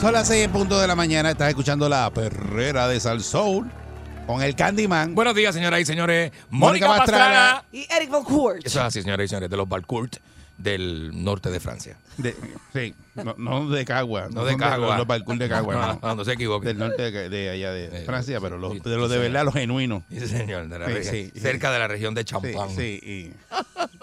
Son las 6 en punto de la mañana, estás escuchando la perrera de Sal Soul con el Candyman. Buenos días, señoras y señores. Mónica Mónica Pastrana. y Eric Valcourt. Eso es así, señoras y señores, de los Balcourt del norte de Francia. De- sí, no, no de Cagua, No de son Cagua. Los, los balcón de Cagua, No, no. no, no se equivoque. Del norte de, de allá de Eh, Francia, pero los, sí, de los sí, de verdad, señor. los genuinos. Sí, señor, de la Sí, región- sí, sí. cerca de la región de Sí, Champán. sí, y,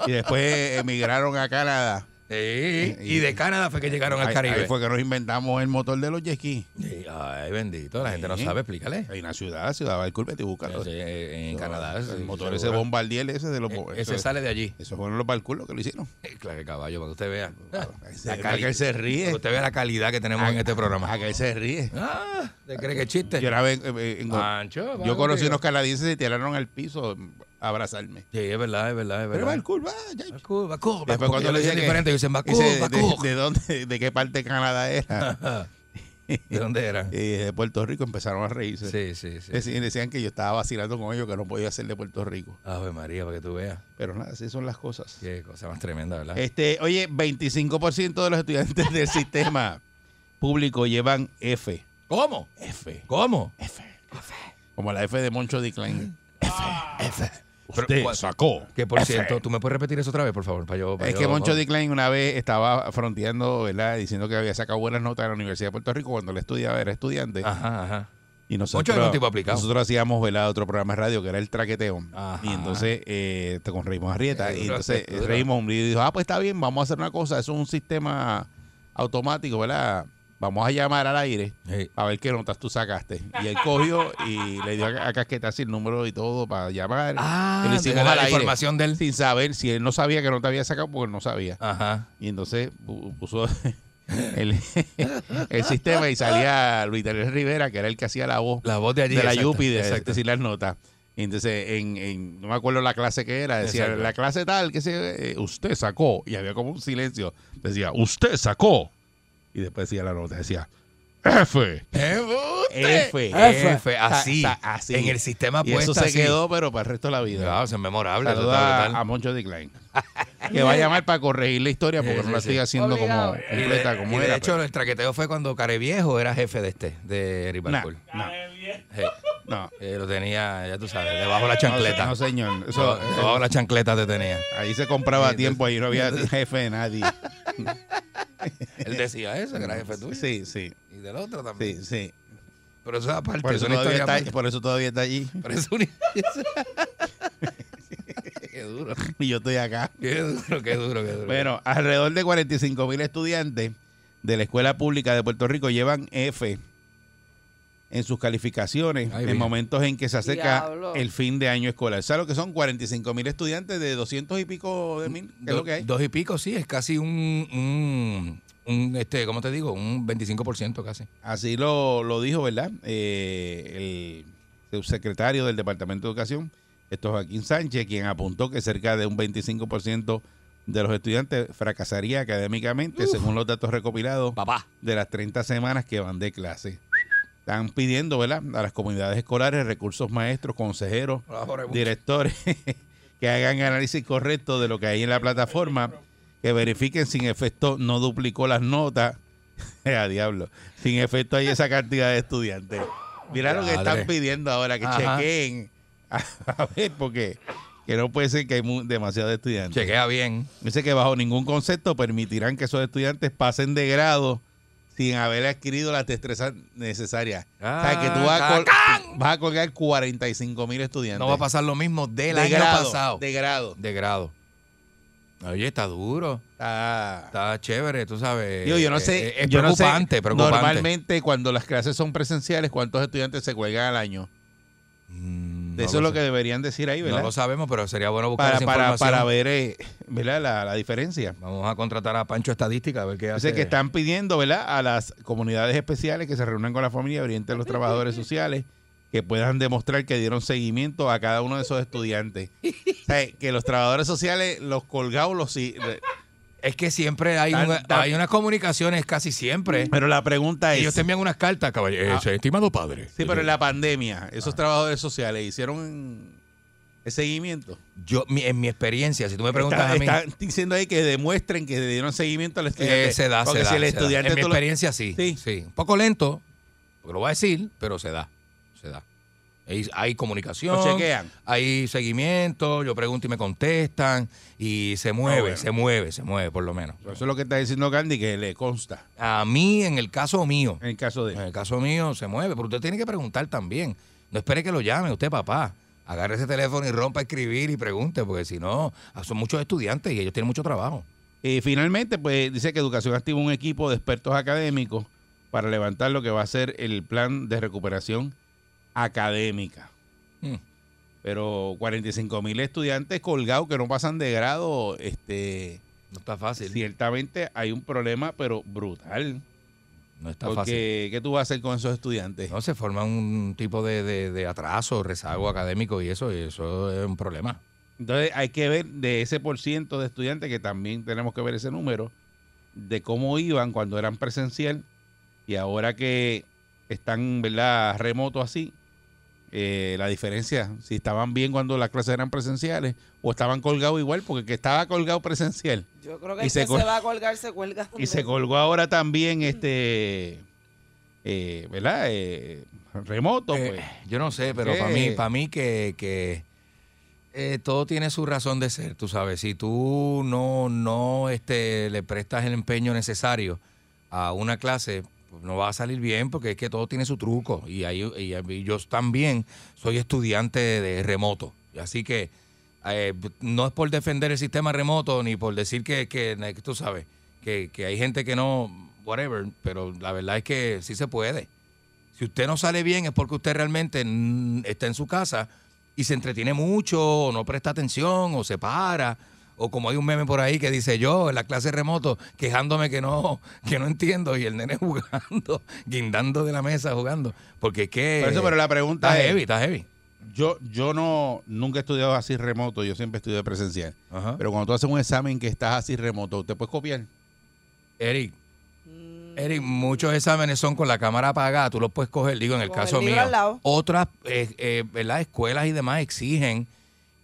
y después emigraron a Canadá. Eh, Sí, y de Canadá fue que llegaron al Ahí- Caribe. Ahí fue que nos inventamos el motor de los jet ski. Sí, Ay, bendito, la gente no Sí. sabe, explícale. Hay una ciudad, Ciudad Valcourt, vete y búscalo. Sí, en Canadá. El sí, motor seguro. ese bombardier ese de los... Eh, eso- Ese sale de allí. Eso fueron los Valcourt los que lo hicieron. Eh, Claro, el caballo, para que usted vea. se- Ah, La para cali- que él se ríe. para que Usted vea la calidad que tenemos en este programa. A que él se ríe. Ah, ¿te cree que es chiste? Yo, era ben- eh, en- Pancho, va yo conocí contigo. unos canadienses y tiraron al piso a abrazarme. Sí, es verdad, es verdad, es Pero verdad. Valcourt, va, ya. Bakú, Bakú, Después cuando le dicen dicen que- diferente, dicen Bakú, dice, Bakú. De, de dónde, de qué parte de Canadá era? ¿De dónde era? Y de Puerto Rico empezaron a reírse. Sí, sí, sí. Deci- Decían que yo estaba vacilando con ellos, que no podía ser de Puerto Rico. Ave María, para que tú veas. Pero nada, así son las cosas. Qué cosa más tremenda, ¿verdad? Este, oye, 25% de los estudiantes del sistema público llevan F. ¿Cómo? F. ¿Cómo? F. Como la F de Moncho D. Klein. Este- Pero, Usted ¿cuál- sacó. Que por cierto, ¿tú me puedes repetir eso otra vez, por favor? Para yo, para Es yo- que Moncho para- D. Klein una vez estaba fronteando, ¿verdad? Diciendo que había sacado buenas notas en la Universidad de Puerto Rico cuando él estudiaba, era estudiante. Ajá, ajá. Y Moncho nosotros, era un tipo aplicado. nosotros hacíamos, ¿verdad? Otro programa de radio que era el traqueteo. Ajá. Y entonces, eh, te- con Raymond Arrieta. Qué y duro, entonces, qué duro. Raymond un día dijo, ah, pues está bien, vamos a hacer una cosa. Eso es un sistema automático, ¿verdad? Vamos a llamar al aire Sí. a ver qué notas tú sacaste. Y él cogió y le dio a, a Casquetas el número y todo para llamar. Ah, y lo de hicimos la al aire. información de él. Sin saber si él no sabía que no te había sacado porque él no sabía. Ajá. Y entonces pu- puso el, el sistema y salía Luis Daniel Rivera, que era el que hacía la voz La voz de allí. de la exacto, Yupi, de exacto. decir Este, las notas. Y entonces, en, en- no me acuerdo la clase que era, decía, Exacto. la clase tal, que se, eh, usted sacó, y había como un silencio, decía, usted sacó, y después decía la nota, decía, F, ¡Embuste! F. F. F. Así, Sa- sa- así. En el sistema y puesto eso se así. quedó, pero para el resto de la vida. Claro, eso es memorable. eso está Saluda brutal. a, a Moncho D. Klein, que va a llamar para corregir la historia, porque no Sí, sí, la sí. estoy haciendo como Obligado. Y de- completa, como y de era. hecho, el traqueteo fue cuando Careviejo era jefe de este, de pero- nah, Rivalcool. nah, no, Eh, lo tenía, ya tú sabes, debajo de la no, chancleta. no, señor. Eso, eh, Debajo- debajo de la chancleta te tenía. ahí se compraba a tiempo, ahí no había jefe de nadie. Él decía eso, que era jefe tuyo. Sí, sí, Y del otro también. sí, sí. Pero eso es aparte. Por eso, es una todavía historia está, aparte. por eso todavía está allí. Pero es una- qué duro. Y yo estoy acá. Qué duro, qué duro, qué duro. Bueno, alrededor de 45 mil estudiantes de la escuela pública de Puerto Rico llevan F en sus calificaciones Ay, en mija. momentos en que se acerca Diablo. el fin de año escolar. ¿Sabes lo que son? 45 mil estudiantes de 200 y pico de mil. ¿Qué es Do- lo que hay? Dos y pico, sí, es casi un, un, un, este, ¿cómo te digo? Un 25% casi. Así lo, lo dijo, ¿verdad? Eh, el subsecretario del Departamento de Educación, esto es Joaquín Sánchez, quien apuntó que cerca de un 25% de los estudiantes fracasaría académicamente, según los datos recopilados Papá. de las 30 semanas que van de clase. Están pidiendo, ¿verdad?, a las comunidades escolares, recursos maestros, consejeros, directores, que hagan análisis correcto de lo que hay en la plataforma, que verifiquen si en efecto no duplicó las notas. a diablo, sin efecto hay esa cantidad de estudiantes. Mira lo que están Madre. pidiendo ahora, que Ajá. chequen. A, ver, porque que no puede ser que hay mu- demasiados estudiantes. Chequea bien. Dice que bajo ningún concepto permitirán que esos estudiantes pasen de grado sin haber adquirido las destrezas necesarias. o sea, Ah, que tú vas a, col- ¡Cacán! vas a colgar 45 mil estudiantes. No va a pasar lo mismo del de año grado, pasado. De grado. de grado. Oye, está duro, Ah. está chévere, tú sabes. Digo, yo no Eh, sé. eh, Es, yo no sé, preocupante, preocupante. Normalmente, cuando las clases son presenciales, ¿cuántos estudiantes se cuelgan al año? Mm, De no eso es lo lo que sé. deberían decir ahí, ¿verdad? No lo sabemos, pero sería bueno buscar para, esa para, información. para ver eh, ¿verdad? La, la diferencia. Vamos a contratar a Pancho Estadística a ver qué hace. Dice que están pidiendo ¿verdad? a las comunidades especiales que se reúnan con la familia, orienten a los trabajadores sociales, que puedan demostrar que dieron seguimiento a cada uno de esos estudiantes. O sea, que los trabajadores sociales, los colgados, los... sí- Es que siempre hay, Tan- un- tan- hay unas comunicaciones, casi siempre. Pero la pregunta es... Eh, Ellos te envían unas cartas, caballero. Ah. Eh, Estimado padre. Sí, pero en la pandemia, Ah. esos trabajadores sociales hicieron el seguimiento. Yo, mi- en mi experiencia, si tú me preguntas Está- a mí, Están diciendo ahí que demuestren que dieron seguimiento al estudiante. eh, se da, Porque se da. si el se da. estudiante En mi tú lo- experiencia, sí, Sí. sí. Un poco lento, porque lo voy a decir, pero se da. Se da. Hay, hay comunicación. Lo chequean. Hay seguimiento. Yo pregunto y me contestan. Y se mueve, Ah, bueno. se mueve, se mueve, por lo menos. Eso es lo que está diciendo Candy, que le consta A mí, en el caso mío, en el caso de... En el caso mío se mueve, pero usted tiene que preguntar también. No espere que lo llame usted, papá. Agarre ese teléfono y rompa a escribir y pregunte, porque si no, son muchos estudiantes y ellos tienen mucho trabajo. Y finalmente, pues dice que Educación activa un equipo de expertos académicos para levantar lo que va a ser el plan de recuperación académica. Mm. Pero 45 mil estudiantes colgados que no pasan de grado, este, No está fácil. ciertamente hay un problema, pero brutal. No está fácil. Porque, ¿qué tú vas a hacer con esos estudiantes? No se forma un tipo de, de- de atraso, rezago académico y eso, y eso es un problema. Entonces, hay que ver de ese por ciento de estudiantes, que también tenemos que ver ese número, de cómo iban cuando eran presencial y ahora que están, ¿verdad?, remoto así, eh, la diferencia, si estaban bien cuando las clases eran presenciales o estaban colgados igual, porque el que estaba colgado presencial Yo creo Y que el se que col- se va a colgar se cuelga. y también. se colgó ahora también este, eh, ¿verdad?, Eh, remoto, Eh, pues. yo no sé, pero ¿Qué? para mí, para mí que, que, eh, todo tiene su razón de ser, tú sabes. Si tú no, no este, le prestas el empeño necesario a una clase, pues no va a salir bien porque es que todo tiene su truco. Y, ahí, y ahí yo también soy estudiante de remoto. Así que eh, no es por defender el sistema remoto ni por decir que, que que tú sabes, que, que hay gente que no, whatever, pero la verdad es que sí se puede. Si usted no sale bien es porque usted realmente mm, está en su casa y se entretiene mucho, o no presta atención, o se para, o como hay un meme por ahí que dice yo en la clase remoto quejándome que no, que no entiendo y el nene jugando, guindando de la mesa jugando, porque es que Por eso, pero la pregunta está es- heavy, está heavy. Yo, yo no, nunca he estudiado así remoto, yo siempre estudié presencial. Ajá. Pero cuando tú haces un examen que estás así remoto, ¿te puedes copiar? Eric, Mm. Eric, muchos exámenes son con la cámara apagada, tú los puedes coger, digo, en el Con caso el libro al mío. lado. Otras, eh, eh, ¿verdad? Escuelas y demás exigen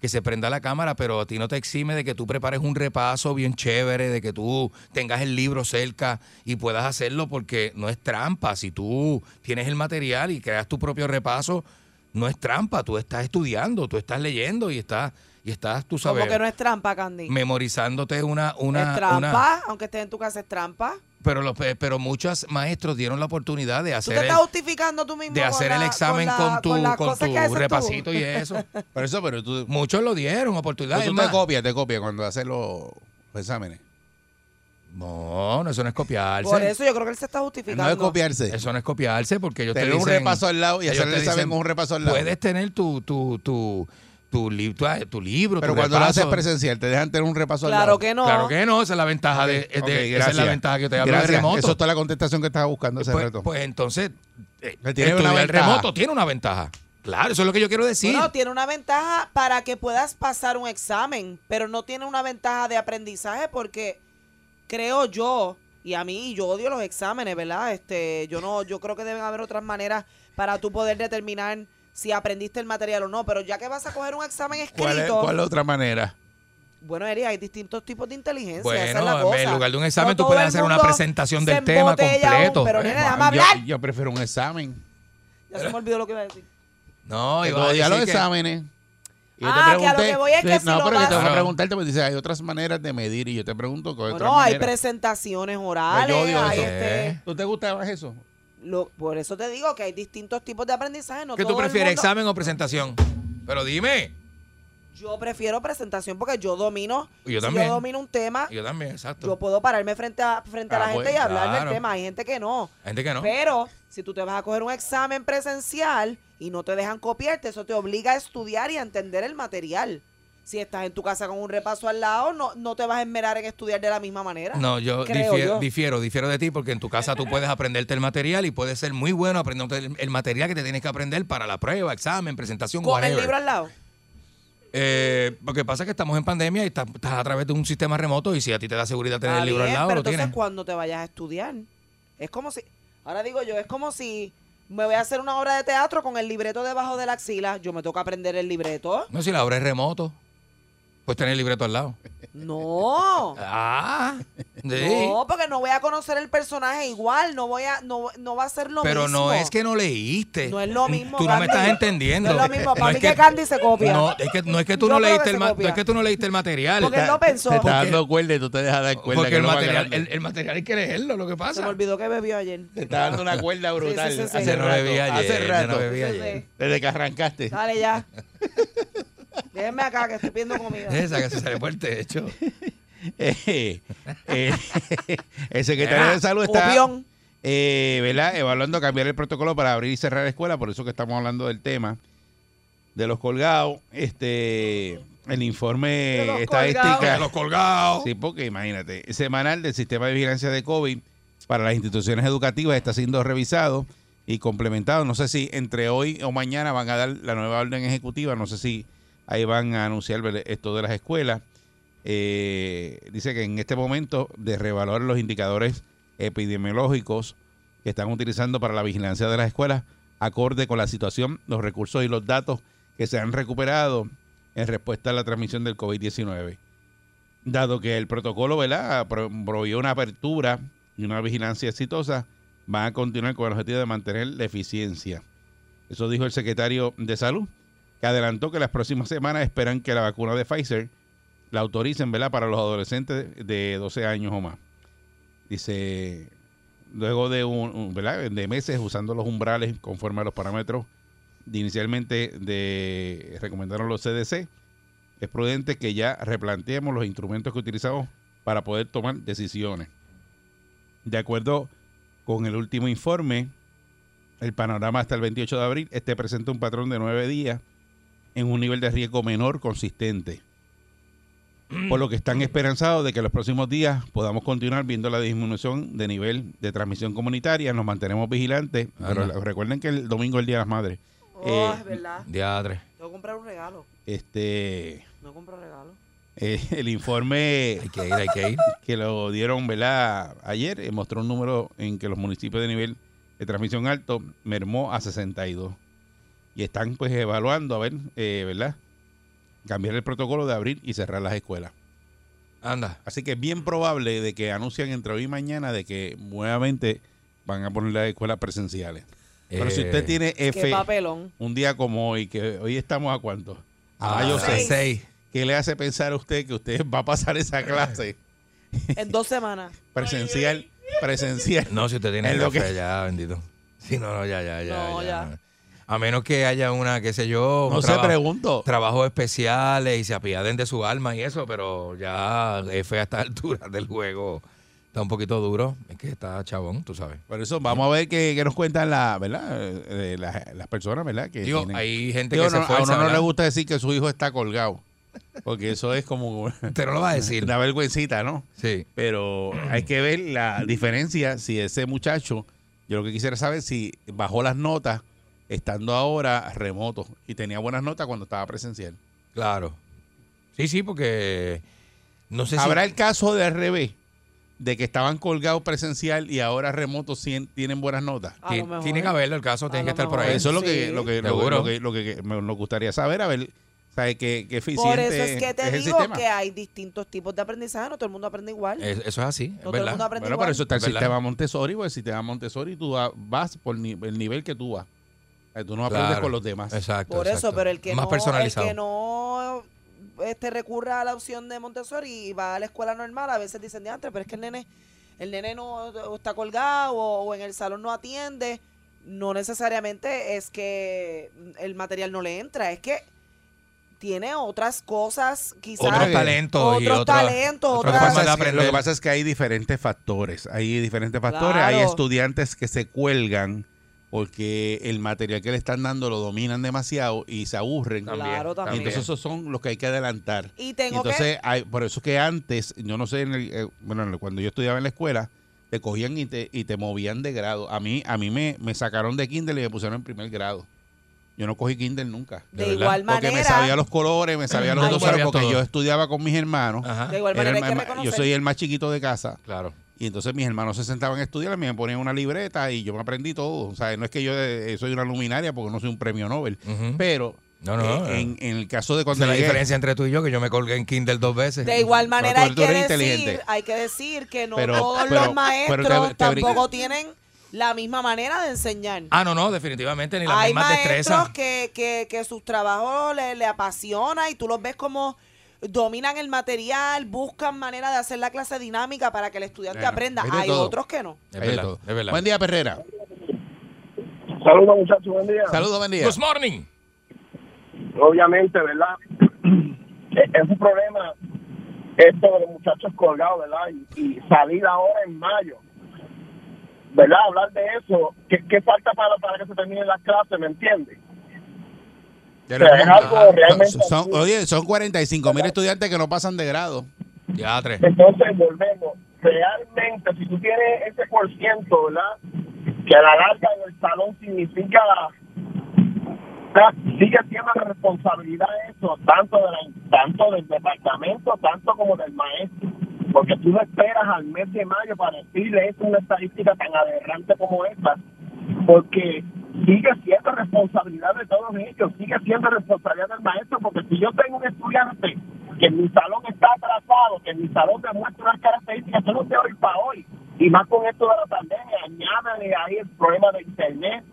que se prenda la cámara, pero a ti no te exime de que tú prepares un repaso bien chévere, de que tú tengas el libro cerca y puedas hacerlo porque no es trampa. Si tú tienes el material y creas tu propio repaso, no es trampa. Tú estás estudiando, tú estás leyendo y estás, y estás, tú Como sabes, que no es trampa, Candy. memorizándote una, una, es una trampa, aunque estés en tu casa, es trampa. pero los pe- pero muchos maestros dieron la oportunidad de Tú hacer te el, estás justificando tú mismo. de con hacer la- el examen la- con, tu las con cosas que tu haces tú. repasito y eso. Por eso, pero tú, Muchos lo dieron pero oportunidad. tú Es te más- copias, te copias cuando haces los, los exámenes. No, no eso no es copiarse. Por eso yo creo que él se está No justificando. es copiarse. Eso no es copiarse porque ellos Tener te un dicen- repaso al lado y ellos hacer el te examen dicen, con un repaso al lado. Puedes tener tu tu tu tu, li- tu, ah, tu libro, pero tu cuando repaso. lo haces presencial, te dejan tener un repaso al lado. claro que no. Claro que no, esa es la ventaja de, de- Ok, esa gracias. es la ventaja que te hablo de Gracias. remoto. Eso es toda la contestación que estaba buscando hace pues, rato. pues entonces eh, Que tiene una estudiar ventaja. remoto tiene una ventaja. Claro, eso es lo que yo quiero decir. Bueno, tiene una ventaja para que puedas pasar un examen, pero no tiene una ventaja de aprendizaje porque creo yo, y a mí yo odio los exámenes, ¿verdad? Este, yo no, yo creo que deben haber otras maneras para tú poder determinar si aprendiste el material o no, pero ya que vas a coger un examen ¿Cuál, es, escrito, ¿Cuál es otra manera? bueno, Eri, hay distintos tipos de inteligencia, esa es la Bueno, cosa. en lugar de un examen, No tú todo puedes el hacer una mundo presentación se del tema embotella aún, completo. pero Eh, nena, Juan, déjame Yo, hablar. yo prefiero un examen. Ya se me olvidó lo que iba a decir. No, Que iba a todavía decir los que- exámenes. Y yo Ah, te que a lo pregunté, que voy es que eh, si no, lo pero yo te vas- voy a preguntarte, porque dices, hay otras maneras de medir. Y yo te pregunto, ¿cuál otra Bueno, hay manera? presentaciones Pues orales, Yo odio hay eso. este, ¿Tú te gustabas eso? lo- por eso te digo que hay distintos tipos de aprendizaje. No ¿Qué tú todo el prefieres, mundo- examen o presentación? Pero dime. Yo prefiero presentación porque yo domino. Yo si también. yo domino un tema, Yo también, exacto. yo puedo pararme frente a, frente a Ah, la gente pues, y hablar claro. del tema. Hay gente que no. Hay gente que no. Pero si tú te vas a coger un examen presencial y no te dejan copiarte, eso te obliga a estudiar y a entender el material. Si estás en tu casa con un repaso al lado, no, no te vas a esmerar en estudiar de la misma manera. No, yo creo difiero, yo. difiero, difiero de ti porque en tu casa tú puedes aprenderte el material y puedes ser muy bueno aprendiendo el, el material que te tienes que aprender para la prueba, examen, presentación, Con el whatever. libro al lado. Eh, lo que pasa es que estamos en pandemia y estás, estás a través de un sistema remoto y si a ti te da seguridad tener Está el libro bien, al lado, pero lo entonces tienes. cuando te vayas a estudiar, es como si, ahora digo yo, es como si me voy a hacer una obra de teatro con el libreto debajo de la axila, yo me toca aprender el libreto. No, si la obra es remoto, puedes tener el libreto al lado. No. Ah, sí. No, porque no voy a conocer el personaje igual, no voy a, no, no va a ser lo pero mismo. no es que no leíste. No es lo mismo, Tú no me Candy. estás entendiendo. No es lo mismo, para es mí que Candy se copia. No, es que, no es que tú Yo no creo leíste que el se ma- copia. no es que tú no leíste el material. Porque él no pensó. Te ¿Por estás qué? dando cuerda y tú te dejas dar cuerda. Porque que el no va material, ganando. el, el material hay que leerlo, lo que Se me pasa. olvidó que bebió ayer. Te está dando una cuerda brutal. Sí, sí, sí, sí. Hace Yo no rato, bebí ayer, hace yo rato. no bebí Sí, sí, ayer. sí. Desde que arrancaste. Dale ya. Déjenme acá que estoy pidiendo comida. Esa que se sale por el techo. Eh, eh, el secretario de Salud está Copión. eh, ¿verdad? evaluando cambiar el protocolo para abrir y cerrar escuelas, por eso que estamos hablando del tema de los colgados. Este, el De los informe colgados. estadística. los colgados. Sí, porque imagínate, semanal del sistema de vigilancia de COVID para las instituciones educativas está siendo revisado y complementado. No sé si entre hoy o mañana van a dar la nueva orden ejecutiva, no sé si ahí van a anunciar ¿verdad? esto de las escuelas. Eh, dice que en este momento de revaluar los indicadores epidemiológicos que están utilizando para la vigilancia de las escuelas, acorde con la situación, los recursos y los datos que se han recuperado en respuesta a la transmisión del COVID-19 dado que el protocolo ¿verdad? Pro- proveyó una apertura y una vigilancia exitosa, van a continuar con el objetivo de mantener la eficiencia. Eso dijo el secretario de Salud, que adelantó que las próximas semanas esperan que la vacuna de Pfizer la autoricen ¿verdad? para los adolescentes de 12 años o más. Dice, luego de, un, un- ¿verdad? de meses usando los umbrales conforme a los parámetros de- inicialmente de, recomendaron los CDC, es prudente que ya replanteemos los instrumentos que utilizamos para poder tomar decisiones. De acuerdo con el último informe, el panorama hasta el 28 de abril, este presenta un patrón de nueve días en un nivel de riesgo menor consistente. Por lo que están esperanzados de que en los próximos días podamos continuar viendo la disminución de nivel de transmisión comunitaria. Nos mantenemos vigilantes. Pero Anda. recuerden que el domingo es el Día de las Madres. Oh, eh, es verdad. Diadre. Tengo que comprar un regalo. Este, No compro regalo. eh, el informe Hay que ir, hay que ir. que lo dieron ¿verdad? ayer, eh, mostró un número en que los municipios de nivel de transmisión alto mermó a 62. Y están pues evaluando, a ver, eh, ¿verdad? Cambiar el protocolo de abrir y cerrar las escuelas. Anda. Así que es bien probable de que anuncien entre hoy y mañana de que nuevamente van a poner las escuelas presenciales. Pero si Eh, usted tiene Qué F papelón. un día como hoy, que hoy estamos a cuánto? A Ah, mayo yo sé. seis. 6. Seis. ¿Qué le hace pensar a usted que usted va a pasar esa clase En dos semanas. presencial? Presencial. No, si usted tiene Es lo café, que- ya, bendito. Sí, no, no, ya, ya, ya. No, ya. A menos que haya una, qué sé yo, un No se traba- pregunto. trabajos especiales y se apiaden de su alma y eso, pero ya F a esta altura del juego está un poquito duro. Es que está chabón, tú sabes. Por eso vamos a ver qué, qué nos cuentan la, ¿verdad? Eh, eh, las, las personas, ¿verdad? Que Digo, tienen- hay gente Digo, que se no, a esfuerza, uno no ¿verdad? le gusta decir que su hijo está colgado, porque eso es como una Usted no lo va a decir. vergüencita, ¿no? Sí. Pero hay que ver la diferencia si ese muchacho, yo lo que quisiera saber si bajó las notas estando ahora remoto y tenía buenas notas cuando estaba presencial. Claro. Sí, sí, porque no sé Habrá si el caso de al revés, de que estaban colgados presencial y ahora remoto sí tienen buenas notas. A lo ti- mejor. tiene que haberlo el caso, tiene A que lo estar por mejor. ahí. Eso es lo Sí. que, lo que, lo- Seguro. lo que, lo que me- nos gustaría saber, a ver, ¿sabes qué, qué eficiente Por eso es que te el digo sistema? que hay distintos tipos de aprendizaje. No todo el mundo aprende igual. Es- eso es así, no es todo el mundo verdad. aprende Bueno, igual. pero eso está el ¿Verdad? sistema Montessori, porque el sistema Montessori tú va- vas por ni- el nivel que tú vas. Eh, Tú no aprendes Claro. con los demás. Exacto. Por eso, exacto. pero el que Más no, personalizado. el que no este recurra a la opción de Montessori y va a la escuela normal, a veces dicen, "Diantre, pero es que el nene, el nene no o está colgado o, o en el salón no atiende. No necesariamente es que el material no le entra, es que tiene otras cosas, quizás Otros talentos y otros otra- talentos, otra otras- forma de Lo que pasa es que- aprender. Lo que pasa es que hay diferentes factores. Hay diferentes factores. Hay Claro. estudiantes que se cuelgan porque el material que le están dando lo dominan demasiado y se aburren. También, Claro, también. Y Entonces esos son los que hay que adelantar. y tengo entonces, hay- por eso es que antes, yo no sé, en el- eh, bueno, en el- cuando yo estudiaba en la escuela, te cogían y te, y te movían de grado. A mí, a mí me, me sacaron de kinder y me pusieron en primer grado. Yo no cogí kinder nunca. que de, de verdad, igual Porque me manera sabía los colores, me sabía los Ay, dos bueno. aros, porque Sabía yo todo. estudiaba con mis hermanos. de Ajá. igual Era el manera hay ma- que ma- yo reconocer. soy el más chiquito de casa. Claro. Y entonces mis hermanos se sentaban a estudiar, me ponían una libreta y yo me aprendí todo. O sea, no es que yo eh, soy una luminaria porque no soy un premio Nobel. Ujú. Pero No, no, no. eh, en, en el caso de Esa cuando es la llegué- diferencia entre tú y yo, que yo me colgué en Kindle dos veces. De igual Pero manera tú- hay tú que, eres decir, inteligente. hay que decir que no Pero- todos pero- los maestros pero te- te abri- tampoco tienen la misma manera de enseñar. Ah, no, no, definitivamente, ni las hay mismas maestros destrezas. que, que, que sus trabajos le, le apasiona y tú los ves como dominan el material, buscan manera de hacer la clase dinámica para que el estudiante Bueno, aprenda. hay de Hay todo. otros que no. Es Ahí de verdad, todo. es verdad. Buen día, Perrera. Saludos muchachos, buen día. Saludos, buen día. Good morning. Obviamente, ¿verdad? Es es un problema esto de los muchachos colgados, ¿verdad? Y, y salir ahora en mayo, ¿verdad? Hablar de eso, ¿qué, qué falta para, para que se terminen las clases, me entiendes? Ya Pero le es pregunto. algo Ajá. realmente Son- son- absurdo. oye, son 45 mil estudiantes que no pasan de grado. Ya, tres. Entonces, volvemos. Realmente, si tú tienes ese por ciento, ¿verdad? Que a la larga en el salón significa. ah, Sigue siendo la responsabilidad eso, tanto, de la- tanto del departamento, tanto como del maestro. Porque tú no esperas al mes de mayo para decirle eso, una estadística tan aberrante como esta. Porque sigue siendo responsabilidad de todos ellos, sigue siendo responsabilidad del maestro. Porque si yo tengo un estudiante que en mi salón está atrasado, que en mi salón demuestra unas características, yo no te hoy para hoy. Y más con esto de la pandemia, añádale ahí el problema de internet.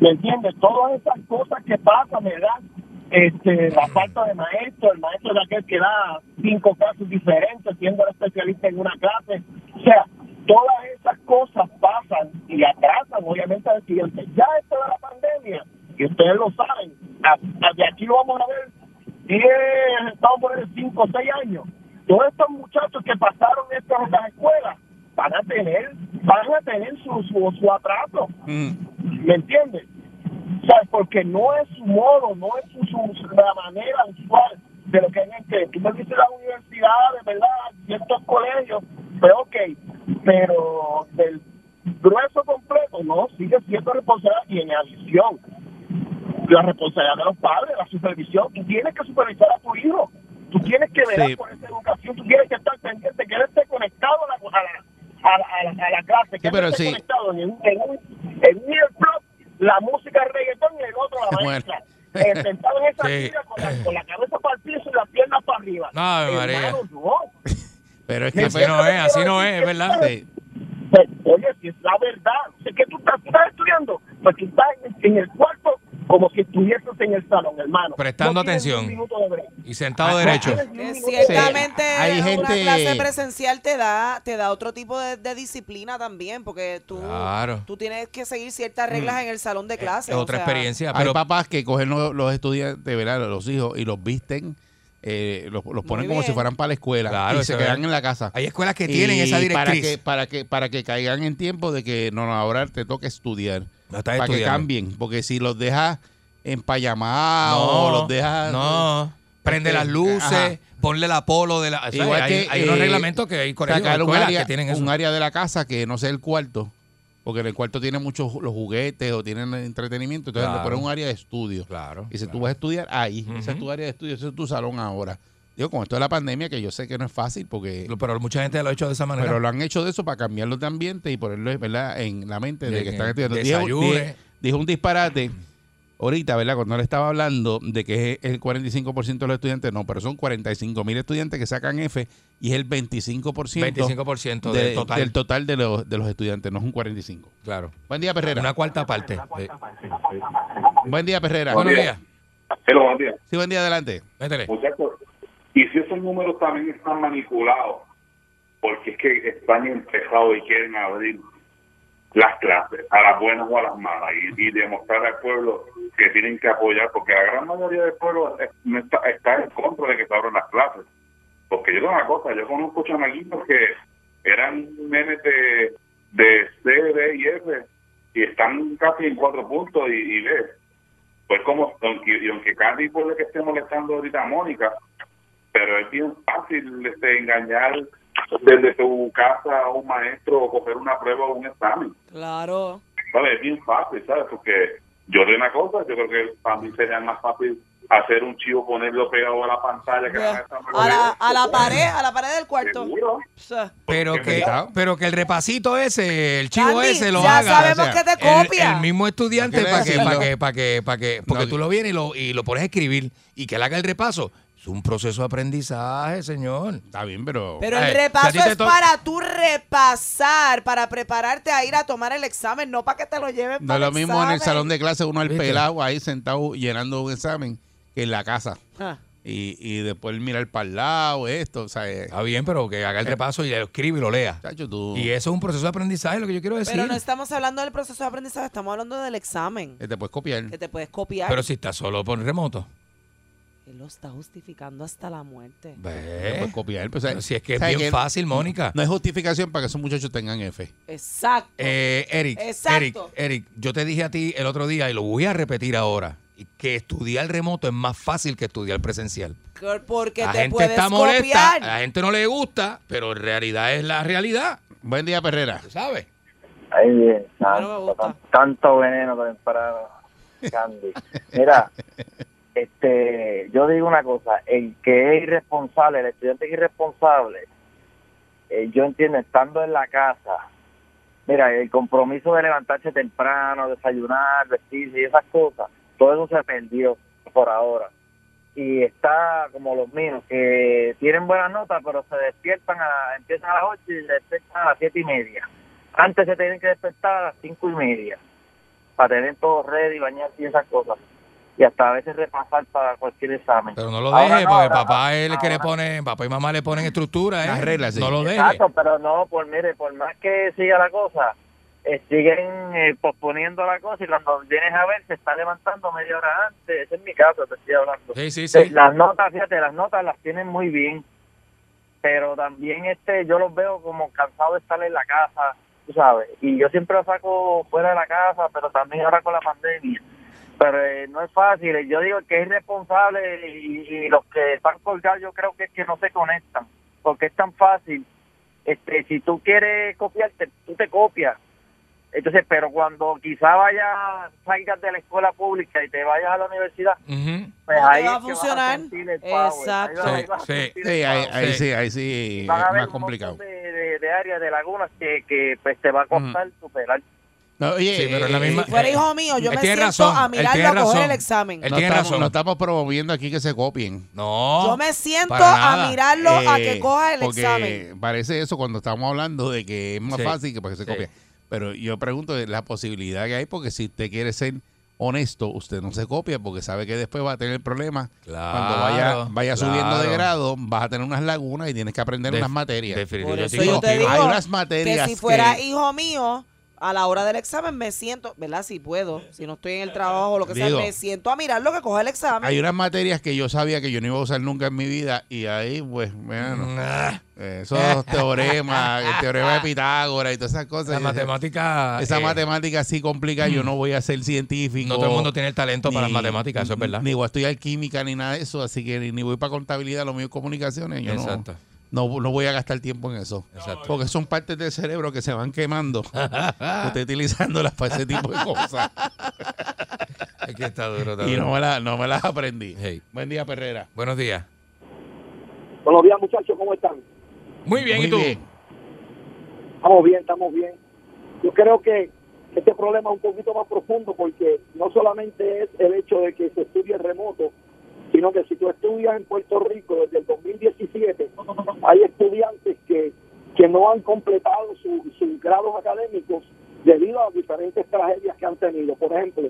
¿Me entiendes? Todas esas cosas que pasan, ¿verdad? Este, la falta de maestro, el maestro es aquel que da cinco casos diferentes, siendo el especialista en una clase. O sea, todas esas cosas pasan y atrasan, obviamente, al estudiante. Ya esto de la pandemia, y ustedes lo saben, a- a- de aquí lo vamos a ver 10, estamos por el 5 o 6 años. Todos estos muchachos que pasaron esto en las escuelas van a tener, van a tener su, su, su atraso. ¿Me entiendes? O sea, porque no es su modo, no es su, su- la manera usual de lo que hay que tú me dices las universidades, ¿verdad? Ciertos colegios, pero ok, pero del grueso completo, no, sigue siendo responsabilidad y en adición, la responsabilidad de los padres, la supervisión, tú tienes que supervisar a tu hijo, tú tienes que velar Sí. por esa educación, tú tienes que estar pendiente, que él esté conectado a la, a la, a la- a la- a la clase, que Sí, él pero esté sí. conectado en un, en un, en un earplug, la música de reggaetón y el otro la Bueno. maestra. Eh, sentado en esa Sí. silla con la, con la cabeza para el piso y las piernas para arriba. No, Ave Hermano, María. no. Pero es que Así no es, así no es, es ¿verdad? Sí. Pues, oye, si es la verdad, sé que tú estás, tú estás estudiando, pues tú estás en, en el cuarto como si estuvieses en el salón, hermano. Prestando No tienes ni un atención. minuto de break. Y sentado Ah, derecho. No tienes ni un Que minuto de break. ciertamente Sí, hay una gente- clase presencial te da te da otro tipo de, de disciplina también porque tú Claro. tú tienes que seguir ciertas reglas en el salón de Es clases o otra sea, experiencia. Hay Pero papás que cogen los, los estudiantes, ¿verdad? los hijos, y los visten, eh, los, los ponen como bien. si fueran para la escuela Claro, y se eso es. quedan en la casa. hay escuelas que tienen Y esa Para directriz. que, para, que, para que caigan en tiempo de que no, no, ahora te toca estudiar. No estás Para que estudiando. cambien, porque si los dejas empayamados, Ah, o los dejas... No. Prende Este, las luces, ajá. ponle la polo de la. o sea, Igual hay, que, hay unos eh, reglamentos que hay colegios, sacar un escuelas área, que tienen eso. un área de la casa que no sea el cuarto, porque en el cuarto tienen muchos ju- los juguetes o tienen entretenimiento, entonces Claro. le ponen un área de estudio. Claro. Y si tú claro. vas a estudiar ahí, esa es Ujú. tu área de estudio, ese es tu salón ahora. Digo, con esto de la pandemia, que yo sé que no es fácil, porque Pero mucha gente lo ha hecho de esa manera. pero lo han hecho de eso para cambiarlos de ambiente y ponerlo ¿verdad? en la mente de, De que que están estudiando. desayune. dijo, dijo un disparate ahorita, ¿verdad? Cuando le estaba hablando de que es el 45% de los estudiantes, no, pero son 45 mil estudiantes que sacan F y es el 25%, 25% de- del total. del total de los, de los estudiantes, no es un 45. Claro. Buen día, Perrera. Una cuarta parte. Eh, Buen día, Perrera. Buenos días. Hello, buenos días. Sí, buen día, adelante. Métele. Muchachos, y si esos números también están manipulados, porque es que están empezados y quieren abrir las clases, a las buenas o a las malas, y, y demostrar al pueblo que tienen que apoyar, porque la gran mayoría del pueblo es- no está, está en contra de que se abran las clases. Porque yo digo una cosa, yo conozco chamaquitos que eran memes de, de C, D y F, y están casi en cuatro puntos y, y B. Pues como, aunque- y aunque Candy por que esté molestando ahorita a Mónica, pero es bien fácil este, engañar desde tu casa a un maestro o coger una prueba o un examen. Claro. ¿sabes? Es bien fácil, ¿sabes? Porque yo de una cosa, yo creo que para mí sería más fácil hacer un chivo, ponerlo pegado a la pantalla que la maestra me lo A la, lea. a la pared, a la pared del cuarto. Seguro. Psa. Pero Porque que, mira. pero que el repasito ese, el chivo Candy, ese lo ya haga. sabemos o sea, que te el, copia. el mismo estudiante ¿Para para qué que, para decirlo? que, para que, para que, porque No, tú lo vienes y lo, y lo pones a escribir y que él haga el repaso. Es un proceso de aprendizaje, señor. Está bien, pero. Pero el Ay, si a ti repaso te es to- para tú repasar, para prepararte a ir a tomar el examen, no para que te lo lleven no para es lo mismo en el salón de clase, uno al ¿Viste? pelado ahí sentado llenando un examen, que en la casa. Ah. Y, y después mirar para el lado, esto, o sea. eh, Está bien, pero que haga el repaso y lo escribe y lo lea. Chacho, tú. Y eso es un proceso de aprendizaje, lo que yo quiero decir. Pero Pero, no estamos hablando del proceso de aprendizaje, estamos hablando del examen. que Te puedes copiar. Que te puedes copiar. si está solo por remoto. Él lo está justificando hasta la muerte. Te Ve. puedes copiar. pues, o sea, Pero si es que es ¿sabes bien qué? fácil, Mónica. No es justificación para que esos muchachos tengan F. Exacto. Eh, Eric, Exacto. Eric, Eric, yo te dije a ti el otro día y lo voy a repetir ahora, y que estudiar remoto es más fácil que estudiar presencial. Que- Porque la te gente puedes está molesta, Ah, copiar. a la gente no le gusta, pero en realidad es la realidad, Buen día, Perrera. ¿tú ¿sabes? Ahí bien, A mí no me gusta. tanto, tanto veneno para, para Candy. Mira, este, yo digo una cosa, el que es irresponsable, el estudiante que es irresponsable, eh, yo entiendo, estando en la casa, mira, el compromiso de levantarse temprano, desayunar, vestirse y esas cosas, todo eso se perdió por ahora. Y está como los míos, que tienen buenas notas, pero se despiertan, a, la- empiezan a las 8 y se despiertan a las siete y media. Antes se tenían que despertar a las cinco y media para tener todo ready, bañarse y esas cosas. Y hasta a veces repasar para cualquier examen. Pero no lo Ahora deje, no, porque ahora papá no, es el que le ahora pone, papá y mamá le ponen estructura, ¿eh? Las reglas, sí. No lo deje. Exacto, pero no, por mire, por más que siga la cosa, eh, siguen eh, posponiendo la cosa y cuando vienes a ver se está levantando media hora antes. Ese es mi caso, te estoy hablando. Sí, sí, sí. Eh, Las notas, fíjate, las notas las tienen muy bien, pero también este yo los veo como cansados de estar en la casa, tú sabes. Y yo siempre los saco fuera de la casa, pero también ahora con la pandemia. Pero eh, no es fácil. Yo digo que es irresponsable y, y los que están colgados yo creo que es que no se conectan, porque es tan fácil. Este, si tú quieres copiarte, tú te copias. Entonces, pero cuando quizá vayas, salgas de la escuela pública y te vayas a la universidad, Ujú. pues No te va a ahí es que vas funcionar. sentir el power. Exacto. Ahí vas a Sí, sí. sentir Sí, el ahí, power. ahí Sí. sí, ahí sí es Van a haber más un montón complicado. De, de, de áreas, de lagunas que, que pues, te va a costar superar. No, oye, Sí, pero es la eh, misma- Si fuera eh, hijo mío, yo él me tiene siento razón, a él mirarlo tiene a coger razón. el examen. Él no, tiene estamos, razón. no estamos promoviendo aquí que se copien. No. Yo me siento para a nada. mirarlo a que Eh, coja el porque examen. Parece eso cuando estamos hablando de que es más Sí. fácil que para que se Sí. copie. Pero yo pregunto de la posibilidad que hay, porque si usted quiere ser honesto, usted no se copia porque sabe que después va a tener problemas. Claro, cuando vaya, vaya subiendo de claro. grado, vas a tener unas lagunas y tienes que aprender Def- unas materias. definitivo, Por yo eso estoy yo te contigo. digo Hay unas que materias si fuera que- hijo mío, a la hora del examen me siento, ¿verdad? Si puedo, si no estoy en el trabajo o lo que Digo, sea, me siento a mirarlo que coja el examen. Hay unas materias que yo sabía que yo no iba a usar nunca en mi vida y ahí, pues, bueno, Ah, esos teoremas, el teorema de Pitágoras y todas esas cosas. La yo decía, matemática. Esa eh, mm. matemática así complicada, yo no voy a ser científico. No todo el mundo tiene el talento para ni- las matemáticas, eso es verdad. Ni voy a estudiar química ni nada de eso, así que ni, ni voy para contabilidad, lo mío es comunicaciones. Yo no- Exacto. No, no, voy a gastar tiempo en eso. Exacto. Porque son partes del cerebro que se van quemando. usted utilizándolas para ese tipo de cosas. Es que está duro, está y duro. no me, la- no me las aprendí. Hey. Buen día, Perrera. Buenos días. Buenos días, muchachos, ¿cómo están? Muy bien, Muy ¿y tú? bien. Estamos bien, estamos bien. Yo creo que este problema es un poquito más profundo porque no solamente es el hecho de que se estudie remoto, sino que si tú estudias en Puerto Rico desde el 2017, hay estudiantes que, que no han completado su- sus grados académicos debido a diferentes tragedias que han tenido. Por ejemplo,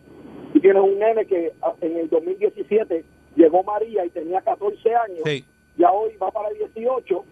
y tienes un nene que a- en el 2017 llegó María y tenía 14 años, Sí. ya hoy va para 18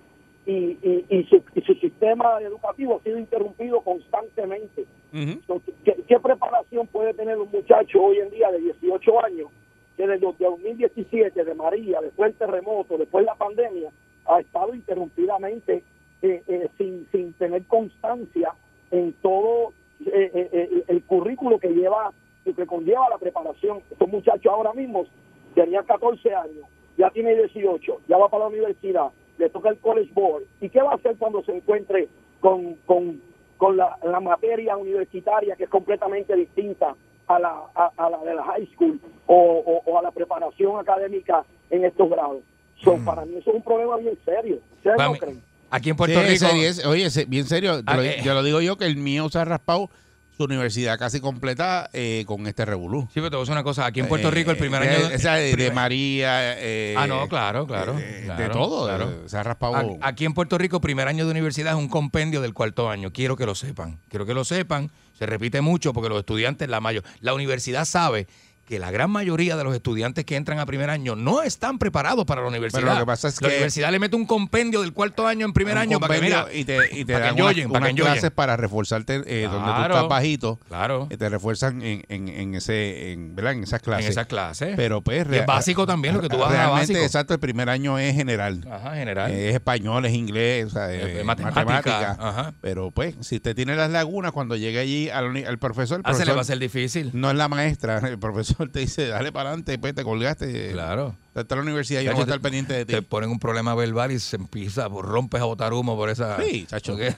y, y, y su, y su sistema educativo ha sido interrumpido constantemente. Ujú. Entonces, ¿Qué, qué preparación puede tener un muchacho hoy en día de 18 años que desde el 2017 de María, después el terremoto, después la pandemia, ha estado interrumpidamente eh, eh, sin, sin tener constancia en todo eh, eh, eh, el currículo que lleva lo que conlleva la preparación? Estos muchachos ahora mismo tenían 14 años, ya tiene 18, ya va para la universidad, le toca el college board. ¿Y qué va a hacer cuando se encuentre con, con, con la, la materia universitaria que es completamente distinta a la, a, a la de la high school o, o- o a la preparación académica en estos grados? So, Para mí eso es un problema bien serio. ¿Ustedes Mm. Para no mí- creen? Aquí en Puerto Sí, Rico. ese- ese- oye, ese- bien serio, te Ah, lo, eh. yo lo digo yo que el mío se ha raspado su universidad casi completa eh, con este revolú. Sí, pero te voy a decir una cosa. Aquí en Puerto Eh, Rico el primer de- año. o sea, de, de María. eh, Ah, no, claro, claro, eh, de, claro, todo. claro. Ah, eh, Se ha raspado. A- Aquí en Puerto Rico, primer año de universidad es un compendio del cuarto año. Quiero que lo sepan. Quiero que lo sepan. Se repite mucho porque los estudiantes, la mayor, la universidad sabe que la gran mayoría de los estudiantes que entran a primer año no están preparados para la universidad. Pero lo que pasa es la que- universidad le mete un compendio del cuarto año en primer un año para que convenio mira, y te, y te para que dan unas, enjoyen, para que unas enjoyen. clases para reforzarte eh, donde tú Claro. estás bajito. Claro. eh, Te refuerzan en, en, en ese, en, ¿verdad? en esas clases. en esas clases. Pero pues, Y es básico también lo que tú vas a Realmente, básico. exacto, el primer año es general. Ajá, general. Eh, es español, es inglés, o sea, Eh, eh, matemática, matemática. ajá. Pero pues, si usted tiene las lagunas, cuando llegue allí al, uni- al profesor, el Ah, se le va a profesor hacer difícil. no es la maestra, el profesor te dice, dale para adelante, pues te colgaste. Claro. Está en la universidad, yo Chacho, no voy a estar te- pendiente de ti. Te ponen un problema verbal y se empieza, pues, rompes a botar humo por esa. Sí, chacho. porque-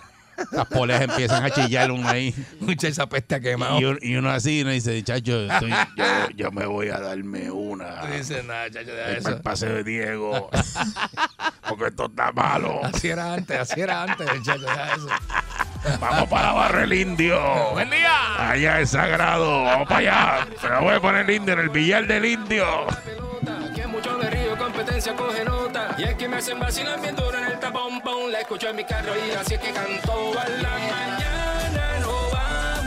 Las poleas empiezan a chillar uno ahí. Mucha esa peste ha quemado. Y uno, y uno así, uno dice, chacho, estoy- yo, yo me voy a darme una. No dice nada, chacho, deja Para eso. el paseo de Diego. Porque esto está malo. Así era antes, así era antes, chacho, deja eso. Vamos para Barrio el Indio. ¡Buen día! Allá es sagrado, vamos para allá. Se la voy a poner el indio en el billar del indio. pelota. Que mucho me río, competencia coge nota. Y es que me hacen vacilar bien duro en el tapón, pon. La escucho en mi carro y así es que canto. A la mañana no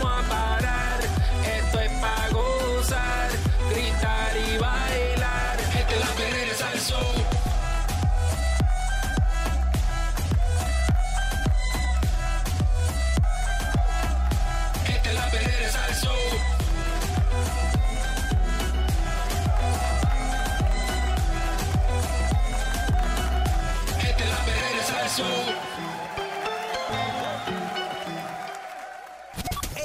vamos a parar. Esto es para gozar, gritar y bailar. Esta es la perrera salsón. Esta es la perrera salsón. Esta es la perrera salsón.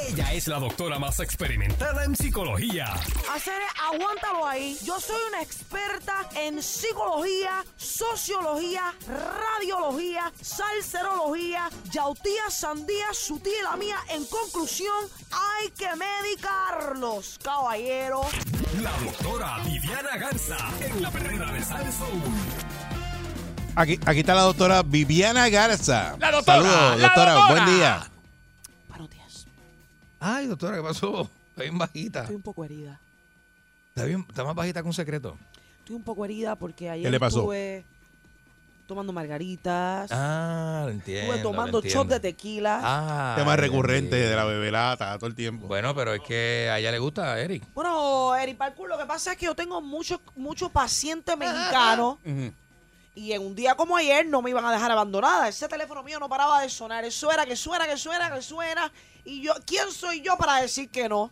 Ella es la doctora más experimentada en psicología. Hacer, aguántalo ahí. Yo soy una experta en psicología, sociología, radiología, salserología, yautía, sandía, su tía y la mía. En conclusión, hay que medicarlos, caballero. La doctora Viviana Garza en la perrera de Salsoul. Aquí, aquí está la doctora Viviana Garza. La doctora, Saludos, la doctora. doctora. Buen día. Buenos días. Ay, doctora, ¿qué pasó? Está bien bajita. Estoy un poco herida. Está, bien, está más bajita que un secreto. Estoy un poco herida porque ayer ¿Qué le pasó? estuve tomando margaritas, Ah, lo entiendo. estuve tomando chop shots de tequila. Ah. Tema recurrente entendí. de la bebelata todo el tiempo. Bueno, pero es que a ella le gusta, Eric. Bueno, Eri Parkour, lo que pasa es que yo tengo muchos muchos pacientes mexicanos y en un día como ayer no me iban a dejar abandonada. Ese teléfono mío no paraba de sonar. Eso era que suena, que suena, que suena. Y yo, ¿quién soy yo para decir que no?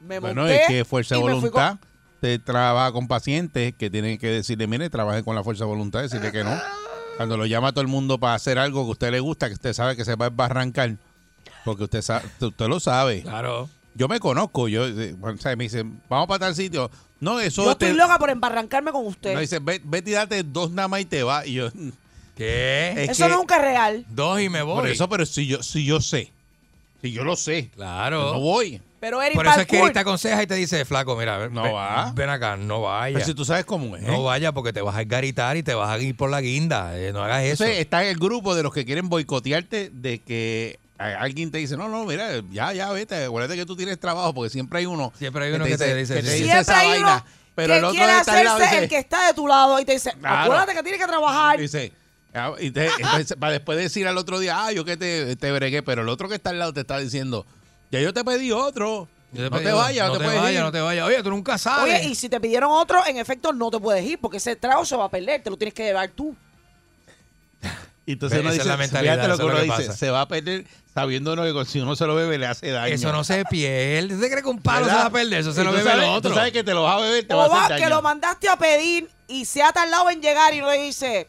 Me Bueno, monté es que fuerza de y me fui voluntad. Te trabaja con pacientes que tienen que decirle, mire, trabaje con la fuerza de voluntad, decirle que no. Cuando lo llama a todo el mundo para hacer algo que a usted le gusta, que usted sabe que se va a barrancar, porque usted, sa- usted lo sabe. Claro. Yo me conozco, yo, eh, bueno, o sea, me dicen, vamos para tal sitio. No, con- eso Yo te- estoy loca por embarrancarme con usted. No, dice, "Ve- vete y date dos nada más y te vas. Y yo, es ¿Qué? Eso que- nunca es real. Dos y me voy. Por eso, pero si yo, si yo sé, si yo lo sé, Claro. no voy. Pero Eri Por eso es que Parkour, Eric te aconseja y te dice, flaco, mira, ven- No ven- va. Ven acá, no vaya. Pero si tú sabes cómo es. No vaya porque te vas a esgaritar y te vas a ir por la guinda. Eh, no hagas eso. Entonces está el grupo de los que quieren boicotearte de que a- alguien te dice, no, no, mira, ya, ya, vete, acuérdate que tú tienes trabajo, porque siempre hay uno. Siempre hay uno que te dice, que te sí. dice siempre esa hay uno vaina. Pero que el otro quiere de estar al lado hacerse el dice- que está de tu lado y te dice, Claro. acuérdate que tienes que trabajar. Dice, ah, y te- entonces, para después decir al otro día, ah, yo que te, te bregué, pero el otro que está al lado te está diciendo, ya yo te pedí otro. Yo No pedí te uno. vayas, no te puedes vayas, ir. No te vayas, Oye, tú nunca sabes. Oye, y si te pidieron otro, en efecto no te puedes ir porque ese trago se va a perder, te lo tienes que llevar tú. Y entonces Esa uno es dice, la mentalidad, fíjate lo eso que es lo uno que dice, pasa. se va a perder sabiendo uno que si uno se lo bebe le hace daño. Eso no se pierde. ¿Usted cree que un palo ¿Verdad? se va a perder? Eso se Y lo tú bebe el sabes- otro. Tú sabes que te lo vas a beber, te va O a va hacer que lo daño. mandaste a pedir y se ha tardado en llegar y uno le dice,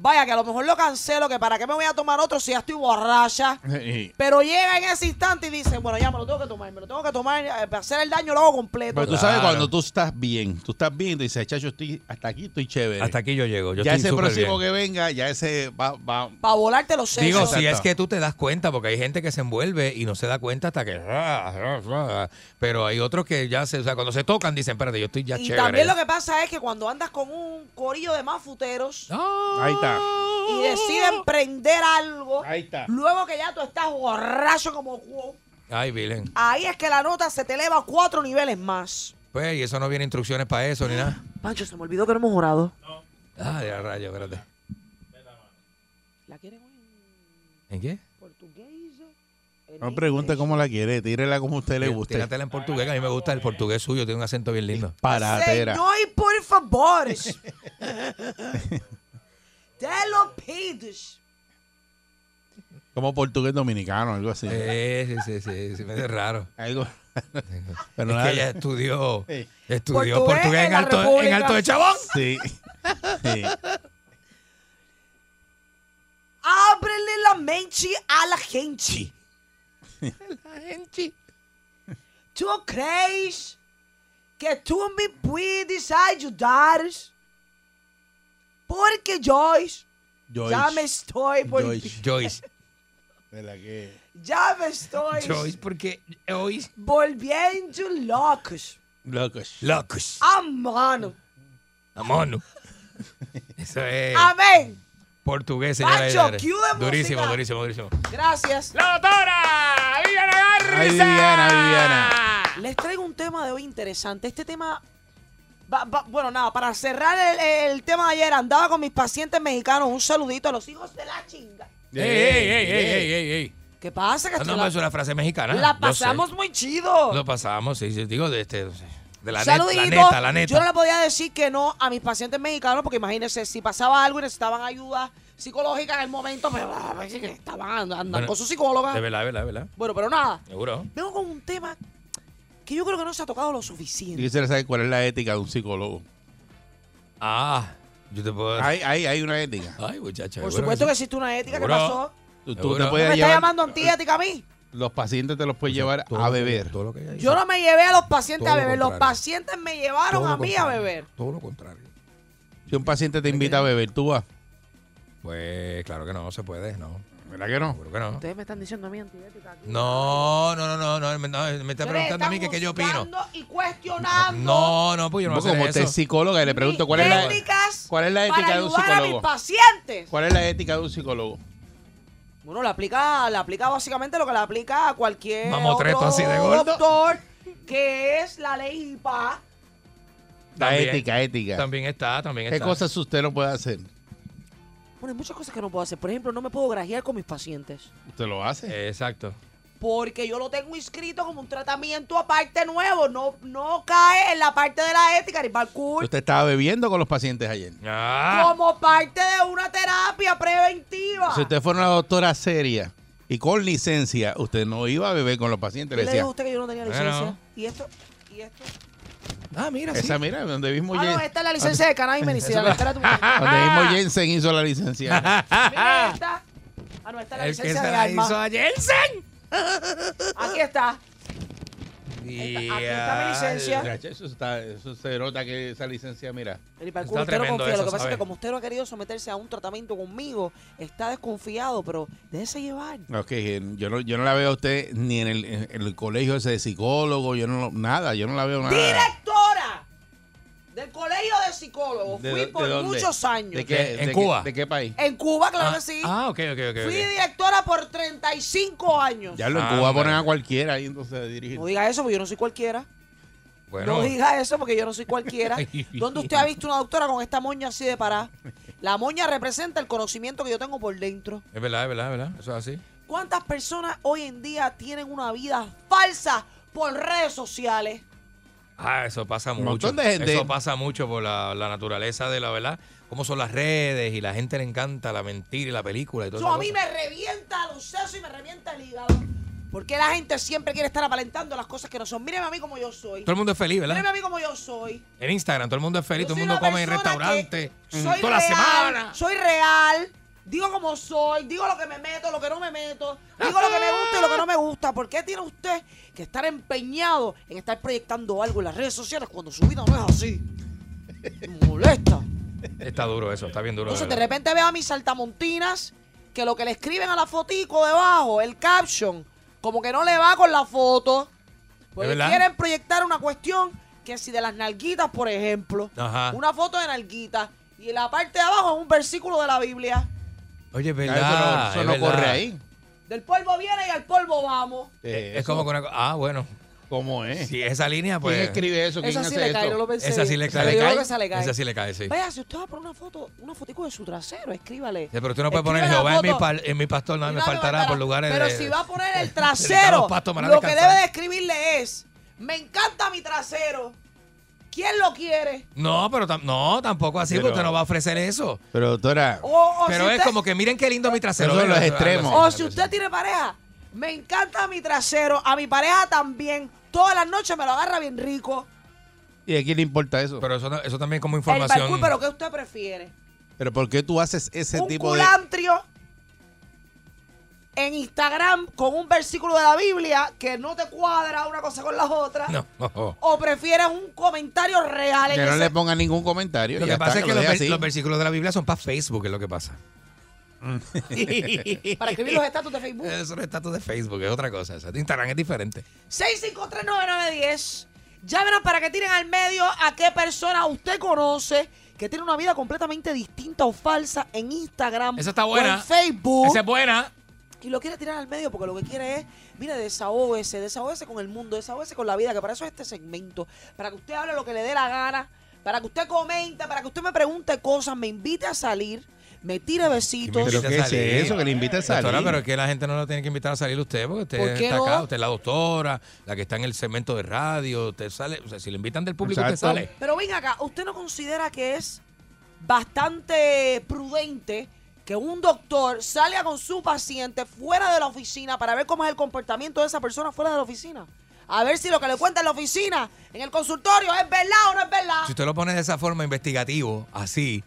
vaya que a lo mejor lo cancelo, que para qué me voy a tomar otro si ya estoy borracha. Sí. Pero llega en ese instante y dice, bueno, ya me lo tengo que tomar, me lo tengo que tomar, eh, para hacer el daño lo hago completo. Pero tú sabes cuando tú estás bien, tú estás bien, tú dices, chacho, estoy, hasta aquí estoy chévere. Hasta aquí yo llego. Yo ya estoy ese súper próximo bien. que venga, ya ese va, va- Para volarte los sesos. Digo, Exacto. si es que tú te das cuenta, porque hay gente que se envuelve y no se da cuenta hasta que. Pero hay otros que ya se. O sea, cuando se tocan dicen, espérate, yo estoy ya y chévere. también lo que pasa es que cuando andas con un corillo de mafuteros Ah. Ahí está. y deciden prender algo, Ahí está. luego que ya tú estás borracho como cu- Ay, Vilen. ahí es que la nota se te eleva a cuatro niveles más. Pues, y eso no viene instrucciones para eso ni nada. Pancho, se me olvidó que no hemos orado. Ah, de rayo, espérate. ¿La quieren Ah, en ¿En qué? portugués? en No pregunte inglés? cómo la quiere, tírela como a usted le guste. Tíratela en portugués, que a mí me gusta el portugués suyo, tiene un acento bien lindo. Paratera. Señor, por favor. Te lo pido. Como portugués dominicano, algo así. Eh, Sí, sí, sí, sí, me hace raro. Algo. Pero es nada. que ella estudió, Sí. estudió Portugués portugués en en la alto, en República. alto de chabón. Sí. Sí. É. Ábrele la mente a la gente. ¿Tú crees que tú me puedes ayudar? Porque Joyce Joyce. ya me estoy por- Joyce. Joyce, De la que. ya me estoy Joyce, porque hoy volviendo locos. Locos. locos, A mano. a mono. Eso es Amén. portugués, señora. Pancho, Aguilera. Ah, cue de durísimo, música. durísimo, durísimo. Gracias. ¡Doctora! ¡Viviana Garza! Ay, Viviana, Viviana. Les traigo un tema de hoy interesante. Este tema. va- va- bueno, nada, para cerrar el, el tema de ayer, andaba con mis pacientes mexicanos. Un saludito a los hijos de la chinga. Ey, ey, ey, ey, ey, ey, ey. Ah, ¿Qué pasa? Que No, esto no, la, es una frase mexicana. la yo sé. pasamos muy chido. Lo pasamos, sí, sí, digo, de este. De la, Saludito. net- la neta, la neta. Yo no le podía decir que no a mis pacientes mexicanos porque imagínense, si pasaba algo y necesitaban ayuda psicológica en el momento, pues, ah, pues, sí que estaban andando Bueno, con su psicóloga. De verdad, de verdad, de verdad. Bueno, pero nada. Seguro. Vengo con un tema que yo creo que no se ha tocado lo suficiente. Yo quisiera saber cuál es la ética de un psicólogo. Ah, yo te puedo. Hay, hay, hay una ética. Ay, muchacha. Por seguro supuesto que sí. existe una ética. Seguro. ¿Qué pasó? Tú, tú Seguro. te ¿No puedes me está llevar, llamando antiética a mí? Los pacientes te los puedes llevar Todo a lo- beber. Todo lo que ella hizo, Yo no me llevé a los pacientes Todo a lo beber. Los contrario. pacientes me todo llevaron lo Ah, a mí a contrario, beber. Todo lo contrario. Si un paciente te invita a beber, tú vas. Pues claro que no se puede, no. ¿Verdad que no? Seguro que no. Ustedes me están diciendo a mí antiética. aquí. No, no, no, no, no, me, no, me está Ustedes preguntando a mí que están qué yo opino. juzgando y cuestionando. No, no, pues yo no voy a Porque como hacer usted es eso. psicóloga y le pregunto cuál es la, técnicas cuál es la ética para de un ayudar a mis psicólogo. pacientes. ¿Cuál es la ética de un psicólogo? Bueno, la aplica, la aplica básicamente lo que la aplica a cualquier Eh, Mamotreto otro así de gordo. doctor, que es la ley IPA. La También. ética, ética. También está, también ¿Qué está. cosas usted no puede hacer? Bueno, hay muchas cosas que no puedo hacer. Por ejemplo, no me puedo grajear con mis pacientes. ¿Usted lo hace? Eh, Exacto. Porque yo lo tengo inscrito como un tratamiento aparte nuevo. No, no cae en la parte de la ética ni para el culto. Usted estaba bebiendo con los pacientes ayer. Ah, Como parte de una terapia preventiva. Si usted fuera una doctora seria y con licencia, usted no iba a beber con los pacientes. Le ¿Qué le decía, dijo a usted que yo no tenía Bueno. licencia? ¿Y esto? ¿Y esto? ah mira, sí. esa mira, donde mismo, ah, no, Jen- esta es la licencia de cannabis medicinal. Espera tu donde mismo Jensen hizo la licencia. Mira esta. Ah, no, esta es la El que licencia se de la hizo alma. a Jensen. Aquí está. aquí está mi licencia. Mira, che, Eso, está, eso se nota que esa licencia, mira. El hiperculo, usted Está no tremendo confía. eso, Lo que pasa ¿sabe? es que como usted no ha querido someterse a un tratamiento conmigo, está desconfiado, pero déjese llevar. Ok, yo no, yo no la veo a usted ni en el, en el colegio ese de psicólogo, yo no, nada, yo no la veo nada. Directora del Colegio de Psicólogos. ¿De Fui dó- por de dónde? muchos años. ¿De qué, ¿De- en de qué- Cuba? ¿De qué país? En Cuba, claro Ah, que sí. Ah, ok, ok, ok. Fui ok. directora por 35 años. Ya lo en Ah, Cuba hombre. ponen a cualquiera ahí entonces a dirigir. No diga eso, porque yo no soy cualquiera. Bueno, No diga eso porque yo no soy cualquiera. ¿Dónde usted ha visto una doctora con esta moña así de parada? La moña representa el conocimiento que yo tengo por dentro. es verdad, es verdad, es verdad. Eso es así. ¿Cuántas personas hoy en día tienen una vida falsa por redes sociales. Ah, eso pasa mucho. montón de gente. Eso pasa mucho por la, la naturaleza de la verdad. Cómo son las redes y la gente le encanta la mentira y la película y todo Eso a mí me revienta los sesos y me revienta el hígado. Porque la gente siempre quiere estar aparentando las cosas que no son. Míreme a mí como yo soy. Todo el mundo es feliz, ¿verdad? Míreme a mí como yo soy. En Instagram todo el mundo es feliz, Yo todo soy el mundo una come en persona restaurantes. que soy Toda la real, semana. Soy real. Digo como soy, digo lo que me meto, lo que no me meto, digo lo que me gusta y lo que no me gusta. ¿Por qué tiene usted que estar empeñado en estar proyectando algo en las redes sociales cuando su vida no es así? Me molesta. Está duro eso, está bien duro. de Entonces de verdad. repente veo a mis saltamontinas que lo que le escriben a la fotico debajo, el caption, como que no le va con la foto. Porque verdad? quieren proyectar una cuestión que si de las nalguitas, por ejemplo, Ajá. una foto de nalguitas y en la parte de abajo es un versículo de la Biblia. Oye, es Eso verdad. no, eso es no verdad. corre ahí. Del polvo viene y al polvo vamos. Eh, Es eso, como que una. co- Ah, bueno. ¿Cómo es? Si esa línea, ¿Quién pues. escribe eso? ¿Quién Esa sí hace le cae, esto? no lo pensé. Esa sí le Pero cae. yo creo ¿Le que esa le cae. Esa sí le cae, sí. Vaya, si usted va por una foto, una fotico de su trasero, escríbale. Sí, Pero tú no puedes Escribe poner la Jehová en mi, foto. pal- en mi pastor, nada me Nada me faltará por lugares Pero de. si va a poner el Delicado trasero, pasto para lo que descansar. debe de escribirle es, me encanta mi trasero. ¿Quién lo quiere? No, pero tam- no, tampoco así, Pero- porque usted no va a ofrecer eso. Pero doctora, O, o Pero Oh, si es usted, Oh, como que miren qué lindo mi trasero. Esos son los Algo así, extremos. algo o así, si algo usted así. tiene pareja, me encanta mi trasero, a mi pareja también. Todas las noches me lo agarra bien rico. ¿y a quién le importa eso? Pero, Pero eso, no- eso también como El información. balcón, pero ¿qué usted prefiere? ¿por qué tú haces ese un tipo de...? culantrio en Instagram con un versículo de la Biblia que no te cuadra una cosa con las otras. No. no. O prefieres un comentario real en Que no ese- le ponga ningún comentario. Lo ya que está, pasa es que lo los, deje vers- así. los versículos de la Biblia son para Facebook, es lo que pasa. para escribir los estatus de Facebook. Eso no es estatus de Facebook, es otra cosa. Eso de Instagram es diferente. 6539910. Llámenos para que tiren al medio a qué persona usted conoce que tiene una vida completamente distinta o falsa en Instagram Esa está o buena. en Facebook. Esa es buena. Y lo quiere tirar al medio porque lo que quiere es, mire, desahógese, desahógese con el mundo, desahógese con la vida, que para eso es este segmento. Para que usted hable lo que le dé la gana, para que usted comente, para que usted me pregunte cosas, me invite a salir, me tire besitos. Pero Invita a ¿qué es salir. eso? Que le invita a salir. Doctora, pero es que la gente no la tiene que invitar a salir usted, porque usted ¿Por qué está no? acá, usted es la doctora, la que está en el segmento de radio, usted sale, o sea, si le invitan del público, usted Exacto. sale. Pero ven acá, ¿usted no considera que es bastante prudente que un doctor salga con su paciente fuera de la oficina para ver cómo es el comportamiento de esa persona fuera de la oficina? A ver si lo que le cuenta en la oficina, en el consultorio, es verdad o no es verdad. Si usted lo pone de esa forma investigativo, así,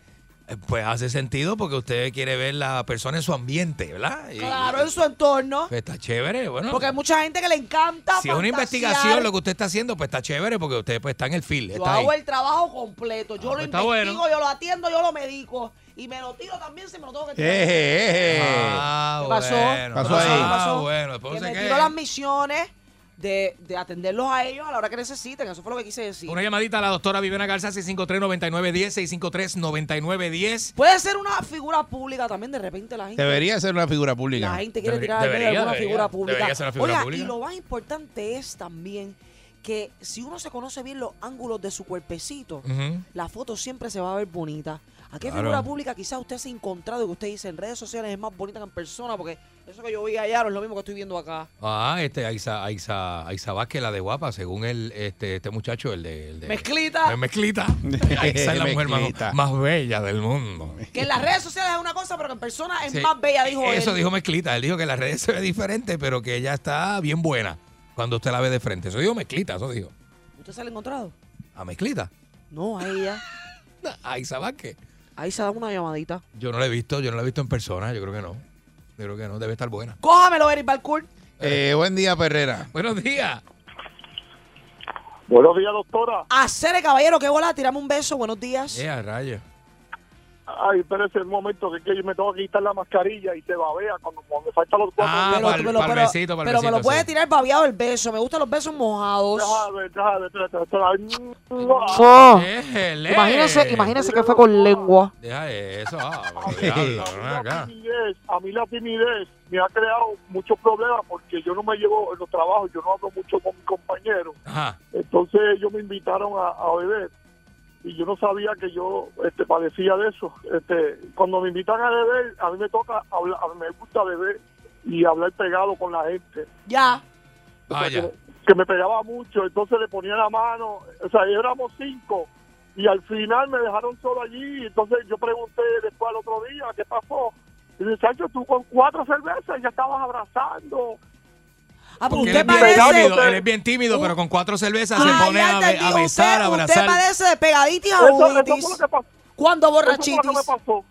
eh, pues hace sentido porque usted quiere ver la persona en su ambiente, ¿verdad? Y- Claro, en su entorno. pues está chévere, bueno. Porque hay mucha gente que le encanta. si es una fantasear. investigación lo que usted está haciendo, pues está chévere porque usted pues está en el field, Yo está ahí. hago el trabajo completo. Yo lo Ah, pues está investigo, bueno. yo lo atiendo, yo lo medico. Y me lo tiro también si me lo tengo que tirar. Eh, Eje, eje. Ah, ¿Qué pasó? bueno. Pasó ahí. Ah, Pasó. bueno, después que no me sé tiro las qué. misiones de, de atenderlos a ellos a la hora que necesiten. Eso fue lo que quise decir. Una llamadita a la doctora Viviana Garza, 653-9910, 653-9910. Puede ser una figura pública también, de repente la gente. Debería ser una figura La pública. gente quiere tirar Debería- al medio de debería, alguna debería. figura pública. Debería ser una figura Oiga, pública. Y lo más importante es también que si uno se conoce bien los ángulos de su cuerpecito, Ujú. la foto siempre se va a ver bonita. ¿A qué Claro. figura pública quizás usted se ha encontrado y que usted dice en redes sociales es más bonita que en persona? Porque eso que yo vi allá no es lo mismo que estoy viendo acá. Ah, este Aiza, Aiza, Aiza Vázquez, la de guapa, según el, este, este muchacho, el de, el de- Mezclita. de Mezclita. Aiza es la mujer Mezclita. más, más bella del mundo. Que en las redes sociales es una cosa, pero que en persona es Sí. más bella, dijo él. Eso dijo Mezclita. Él dijo que en las redes se ve diferente, pero que ella está bien buena cuando usted la ve de frente. Eso dijo Mezclita, eso dijo. ¿Usted se la ha encontrado? A Mezclita. No, a ella. A Aiza Vázquez. Ahí se da una llamadita. Yo no la he visto, yo no la he visto en persona, yo creo que no. Yo creo que no, debe estar buena. Cójamelo, Eric Balcourt. Eh, buen día, Perrera. Buenos días. Buenos días, doctora. Hacer el caballero, qué bola. Tirame un beso, buenos días. Eh, a rayos. Ay, espérese el momento que, es que yo me tengo que quitar la mascarilla y se babea cuando, cuando me faltan los cuatro. Ah, pal- me lo- palmecito, pero palmecito, me lo puede sí. tirar babeado el beso. Me gustan los besos mojados. Déjame ver, déjame ver, espérate, espérate. Ah, Oh, Déjele. imagínese, imagínese que fue con lengua. Deja eso. Ah, pero diablo, ven la acá. timidez, a mí la timidez me ha creado muchos problemas porque yo no me llevo en los trabajos, yo no hablo mucho con mis compañeros. Ajá. Entonces ellos me invitaron a, a beber y yo no sabía que yo este, padecía de eso. Este, cuando me invitan a beber, a mí me toca hablar, me gusta beber y hablar pegado con la gente. Ya. Ah, Vaya. que me pegaba mucho, entonces le ponía la mano, o sea, éramos cinco, y al final me dejaron solo allí, entonces yo pregunté después al otro día, ¿qué pasó? Y dice, Sancho, tú con cuatro cervezas ya estabas abrazando. Ah, pues Porque él usted es, bien parece. tímido, él es bien tímido, pero con cuatro cervezas Ah, se pone ya a, be- entendí. a besar, a usted, abrazar. usted padece de pegaditis Eso, eso fue lo aguditis. que pasó. Cuando Eso fue lo que me borrachitis. pasó.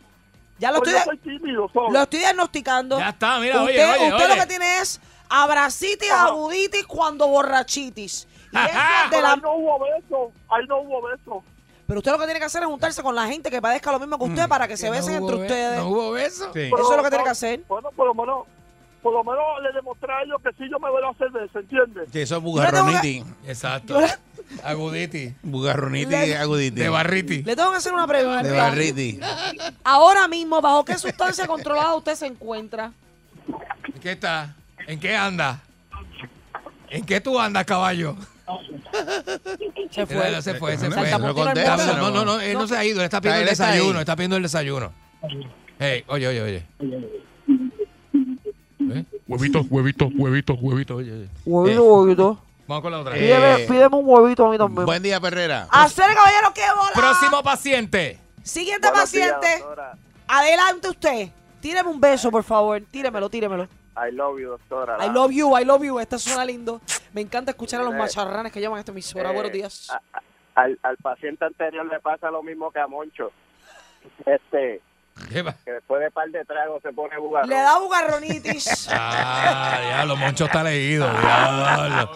Ya lo Pero estoy, yo soy tímido, solo. lo estoy diagnosticando. Ya está, mira, oye, usted oye, usted oye. lo que tiene es abracitis, aguditis, cuando borrachitis. Y eso es de Pero la- ahí no hubo beso, ahí no hubo beso. Pero usted lo que tiene que hacer es juntarse con la gente que padezca lo mismo que usted para que se besen entre ustedes. Mm. No hubo beso. Sí. Eso es lo que tiene que hacer. Bueno, por lo menos, por lo menos le demostré a ellos que sí yo me voy a hacer cerveza, ¿entiendes? Sí, eso es tengo que- bugarronitis. Exacto. Yo la- Aguditi. Bugarronitis y aguditis. De barriti. Le tengo que hacer una pregunta. De barritis. Ahora mismo, ¿bajo qué sustancia controlada usted se encuentra? ¿En qué está? ¿En qué anda? ¿En qué tú andas, caballo? Se Él- él fue. Se fue, se No, fue. no contesta, Está- No, no, no, él no se ha ido, él está pidiendo el él está ahí. desayuno, está pidiendo el desayuno. Hey, oye, oye, oye. ¿Eh? Huevitos, huevitos, huevitos, huevitos, oye, oye. Huevito, Eh, huevito. Vamos con la otra. Eh, Pídeme, pídeme un huevito a mí también. Buen día, Perrera. Hacer caballero, qué bola. Próximo paciente. Siguiente paciente. Adelante usted. Tíreme un beso, por favor. Tíremelo, tíremelo. I love you, doctora. I love you, I love you. Esta suena lindo. Me encanta escuchar a los Eh, macharranes que llaman a esta emisora. eh, Eh, Buenos días. ah. al, al paciente anterior le pasa lo mismo que a Moncho. Este, ¿Qué va? que después de par de tragos se pone jugar. Le da bugarronitis. Ah, diablo, Moncho está leído. Diablo.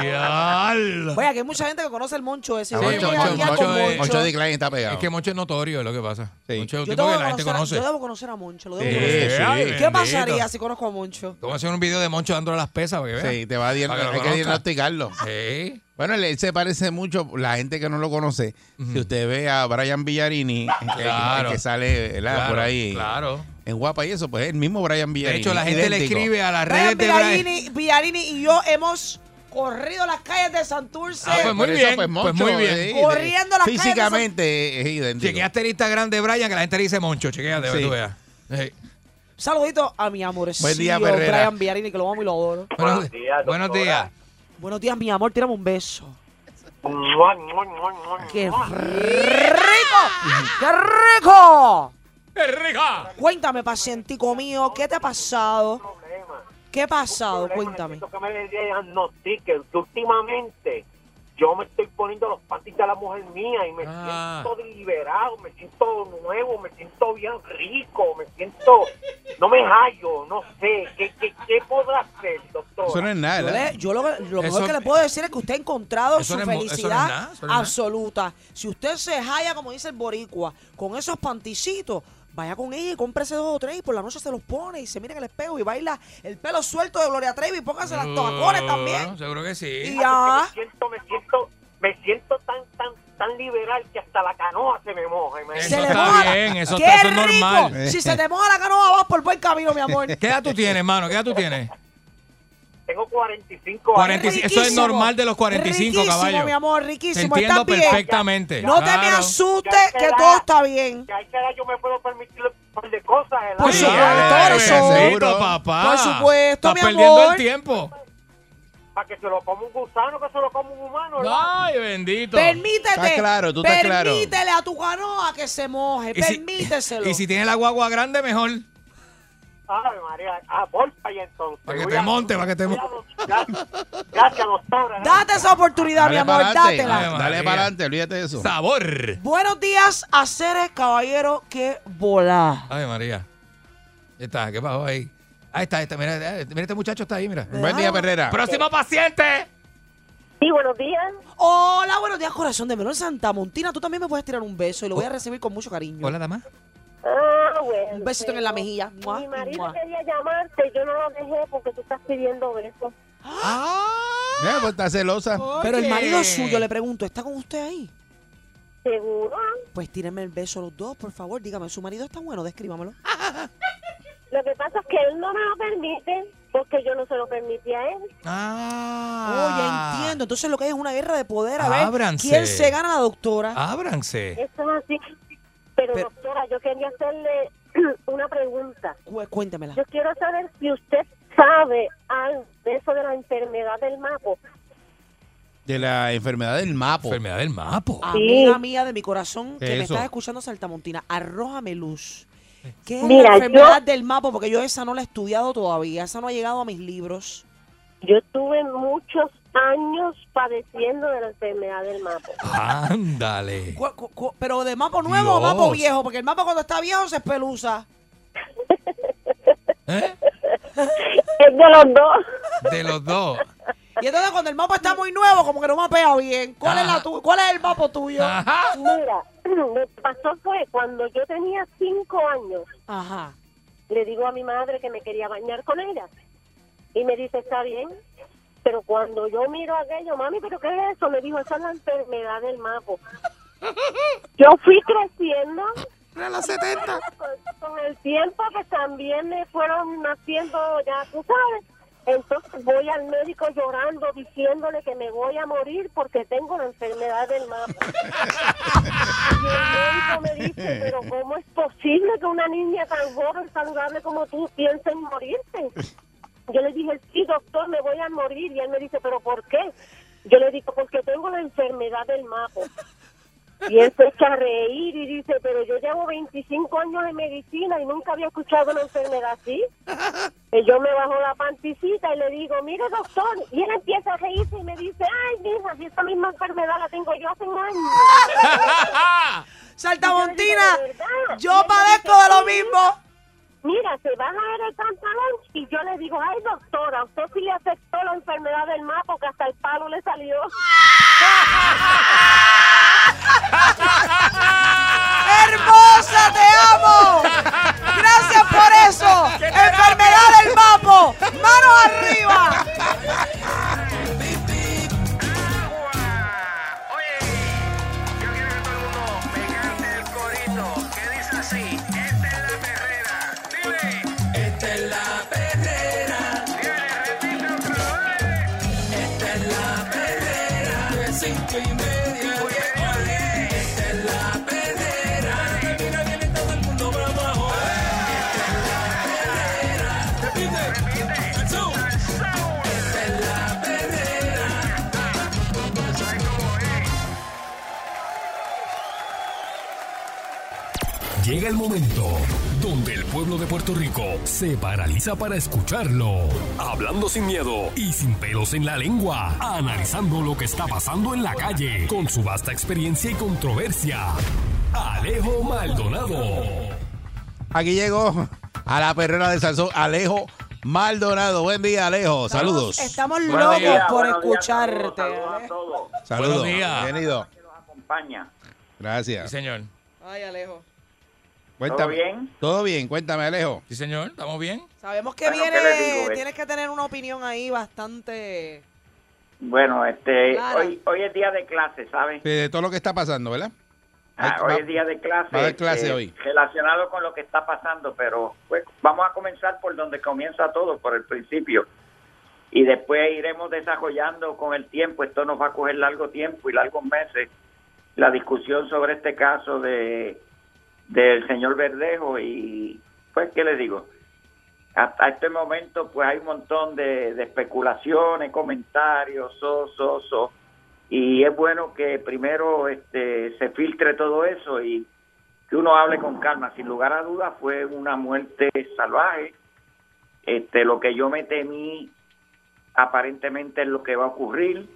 Diablo. Oye, que hay mucha gente que conoce el moncho ese. Ah, Yo Moncho, voy a guiar Moncho con es- Moncho de Klein está pegado. Es que Moncho es notorio, es lo que pasa. Sí. Moncho es un Yo tipo tengo que que la gente conocer a- conoce. Yo debo conocer a Moncho. Lo debo Sí, conocer. sí. Ay, ¿Qué bendito. pasaría si conozco a Moncho? Vamos a hacer un video de Moncho dándole las pesas para que vean. Sí, te va a dien- Para que lo hay que conozca. diagnosticarlo. Sí. Bueno, él, él se parece mucho, la gente que no lo conoce, si usted ve a Brian Villarini, el que- Claro. el que sale ¿verdad? Claro, por ahí Claro. en guapa y eso, pues es el mismo Brian De Villarini. hecho, la gente le idéntico. escribe a las redes Brian de Brian. Villarini, Villarini Eh, y yo hemos corrido las calles de Santurce. Ah, pues, muy Por eso, bien, pues, pues, Moncho, muy bien. eh, Corriendo las calles de Físicamente es idéntico. Chequeaste el Instagram de Brian, que la gente le dice Moncho. Chequeate, Sí. tú veas. Sí. Saludito a mi amorecillo Buen día, Perrera. Brian Villarini, que lo amo y lo adoro. Buenos Buenos días. días, Buenos doctora. días. Buenos días, mi amor. Tírame un beso. ¡Qué rico! ¡Qué rico! ¡Qué rica! Cuéntame, pacientico mío, ¿qué te ha pasado? ¿Qué ha pasado? Cuéntame. que me diagnostiquen, que últimamente yo me estoy poniendo los patis de la mujer mía y me Ah. siento liberado, me siento nuevo, me siento bien rico, me siento... No me hallo, no sé. ¿Qué, qué, qué podrá hacer, doctora? Eso no es nada. Yo, ¿verdad? le- yo lo, lo mejor Eso- que le puedo decir es que usted ha encontrado Eso su no es mo- eso no es felicidad nada, eso no es nada. absoluta. Si usted se jaya, como dice el boricua, con esos panticitos, vaya con ella y cómprese dos o tres y por la noche se los pone y se mira en el espejo y baila el pelo suelto de Gloria Trevi y póngase las toacones Oh, también. Seguro que sí. Y ah, ya. Me siento, me siento, me siento tan, tan, tan liberal que hasta la canoa se me moja. imagínate. Eso se le está moja la- bien, eso ¡Qué está- eso es rico! normal. Si se te moja la canoa, vas por buen camino, mi amor. ¿Qué edad tú tienes, mano? ¿Qué edad tú tienes? Tengo 45 años. 45, eso es Riquísimo. normal de los 45, riquísimo, caballo. mi amor, Te riquísimo. entiendo estás bien. perfectamente. No te me Claro. asustes, Ya que será. todo está bien. Que a esa edad yo me puedo permitir un par de cosas. ¿verdad? Por Sí, supuesto, eh, eso. bendito, papá. Por supuesto, Estás mi perdiendo el amor. tiempo. Para que se lo coma un gusano, que se lo coma un humano. ¿verdad? Ay, bendito. Permítete. Está claro, tú estás claro. Permítele a tu canoa que se moje. Y si- permíteselo. Y si tienes la guagua grande, mejor. Ay, María. Ah, porfa, y entonces. Para que Voy te a- monte, para que te voy a- monte. Gracias, gracias, doctora. Date esa oportunidad, mi Dale amor. para adelante, Dátela. Ay, dale María. para adelante, olvídate de eso. Sabor. Buenos días, a seres caballero, que volá. Ay, María. Ya está, ¿qué pasó ahí? Ahí está, ahí está. Mira, eh, mira, este muchacho está ahí, mira. Buen día, Perrera. Próximo paciente. Sí, buenos días. Hola, buenos días, corazón de melón Santa Montina. Tú también me puedes tirar un beso y lo voy a recibir con mucho cariño. Oh. Hola, dama. Ah, bueno. Un besito en la mejilla. Mua, Mi marido mua. quería llamarte, yo no lo dejé porque tú estás pidiendo besos. Eh, pues está celosa. Pero el marido suyo, le pregunto, ¿está con usted ahí? Seguro. Pues tírenme el beso los dos, por favor. Dígame, ¿su marido está bueno? Descríbamelo. Lo que pasa es que él no me lo permite porque yo no se lo permití a él. Ah. Oh, ya entiendo. Entonces lo que hay es una guerra de poder. A ver Ábranse. quién se gana la doctora. Ábranse. Eso es así. Pero, Pero- doctora, yo quería hacerle una pregunta. Cu- cuéntemela. Yo quiero saber si usted sabe algo de eso de la enfermedad del mapo. de la enfermedad del mapo. Enfermedad del mapo. Amiga mía de mi corazón, que me Eso. estás escuchando Saltamontina, arrójame luz. ¿Qué es Mira, la yo- enfermedad del mapo? Porque yo esa no la he estudiado todavía, esa no ha llegado a mis libros. Yo tuve muchos años padeciendo de la enfermedad del mapo. Ándale. Cu- cu- cu- Pero de mapo nuevo o mapo Dios. viejo, porque el mapo cuando está viejo se espeluza. ¿Eh? Es de los dos. De los dos. Y entonces cuando el mapo está muy nuevo, como que no mapea bien. ¿Cuál, es, la tu- ¿Cuál es el mapo tuyo? Ajá. Mira, me pasó fue cuando yo tenía cinco años. Ajá. Le digo a mi madre que me quería bañar con ella. Y me dice, está bien. Pero cuando yo miro aquello, mami, ¿pero qué es eso? Me dijo, esa es la enfermedad del mapo. Yo fui creciendo. Con, con el tiempo que también me fueron naciendo, ya tú sabes. Entonces voy al médico llorando, diciéndole que me voy a morir porque tengo la enfermedad del mapo. Y el médico me dice, pero ¿cómo es posible que una niña tan joven, saludable como tú, piense en morirse? Yo le dije, sí, doctor, me voy a morir. Y él me dice, pero ¿por qué? Yo le digo, porque tengo la enfermedad del mapo. Y él se echa a reír y dice, pero yo llevo 25 años de medicina y nunca había escuchado una enfermedad así. Y Eh, yo me bajo la panticita y le digo, mire doctor, y él empieza a reírse y me dice, ay, mija, si esta misma enfermedad la tengo yo hace años. Yo digo, Saltamontina, de verdad. yo padezco de lo mismo. Mira, se baja el pantalón y yo le digo, ay doctora, usted sí le afectó la enfermedad del mapo que hasta el palo le salió. ¡Hermosa, te amo! ¡Gracias por eso! ¡Enfermedad del mapo! ¡Manos arriba! Agua. Oye, yo quiero que todo el mundo me cante el corito que dice así: Esta es la perrera. Dile, esta es la perrera. Dile, repite otra vez: Esta es la perrera. De cinco y media. Oye, oye, esta es la perrera. Mira, viene todo el mundo, vamos a joder. Esta es la perrera. Repite, repite. Al sur. Esta es la perrera. Llega el momento donde el pueblo de Puerto Rico se paraliza para escucharlo. Hablando sin miedo y sin pelos en la lengua, analizando lo que está pasando en la calle con su vasta experiencia y controversia. Alejo Maldonado. Aquí llegó a la perrera de Salsón Alejo Maldonado. Buen día, Alejo. Saludos. Estamos Buenos locos días, por buenos días, escucharte. saludos, saludos a ¿eh? todos. Saludos. Buenos días. Bienvenido. Compañía. Sí, Gracias. señor. Ay, Alejo. Cuéntame. bien? Todo bien. Cuéntame, Alejo. Sí, señor. ¿Estamos bien? Sabemos que Bueno, ¿qué viene, les digo, eh? tienes que tener una opinión ahí bastante... Bueno, este, Clara. hoy, hoy es día de clase, ¿sabes? De- De todo lo que está pasando, ¿verdad? Ah, Hay- hoy va- es día de clase. eh, va a haber clase hoy. Relacionado con lo que está pasando, pero pues, vamos a comenzar por donde comienza todo, por el principio. Y después iremos desarrollando con el tiempo. Esto nos va a coger largo tiempo y largos meses. La discusión sobre este caso de del señor Verdejo y pues, ¿qué le digo? Hasta este momento pues hay un montón de, de especulaciones, comentarios, so, so, so y es bueno que primero este, se filtre todo eso y que uno hable con calma. Sin lugar a dudas fue una muerte salvaje. Este, lo que yo me temí aparentemente es lo que va a ocurrir.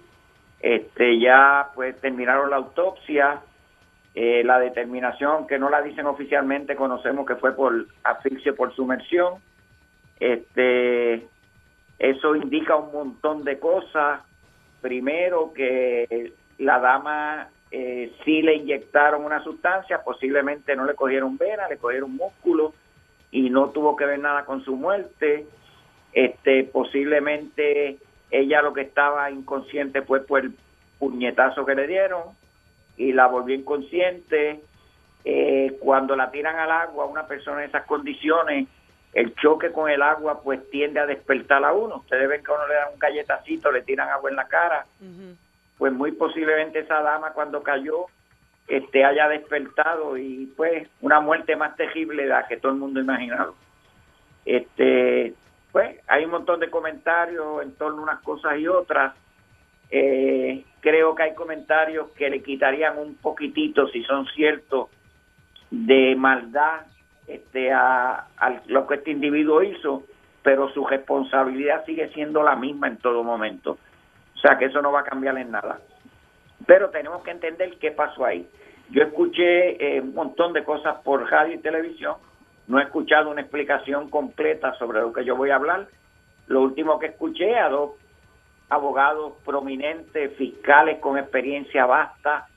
Este, ya pues terminaron la autopsia, eh, la determinación que no la dicen oficialmente, conocemos que fue por asfixia por sumersión. Este, eso indica un montón de cosas primero que la dama eh, sí le inyectaron una sustancia, posiblemente no le cogieron vena, le cogieron músculo y no tuvo que ver nada con su muerte. Este, posiblemente ella lo que estaba inconsciente fue por el puñetazo que le dieron y la volvió inconsciente. Eh, cuando la tiran al agua, una persona en esas condiciones, el choque con el agua pues tiende a despertar a uno. Ustedes ven que a uno le dan un galletacito, le tiran agua en la cara, Ujú. pues muy posiblemente esa dama cuando cayó este haya despertado y pues una muerte más terrible de la que todo el mundo imaginaba. Este, pues hay un montón de comentarios en torno a unas cosas y otras. Eh, Creo que hay comentarios que le quitarían un poquitito, si son ciertos, de maldad este, a, a lo que este individuo hizo, pero su responsabilidad sigue siendo la misma en todo momento. O sea que eso no va a cambiar en nada. Pero tenemos que entender qué pasó ahí. Yo escuché eh, un montón de cosas por radio y televisión, no he escuchado una explicación completa sobre lo que yo voy a hablar. Lo último que escuché a dos abogados prominentes, fiscales con experiencia vasta,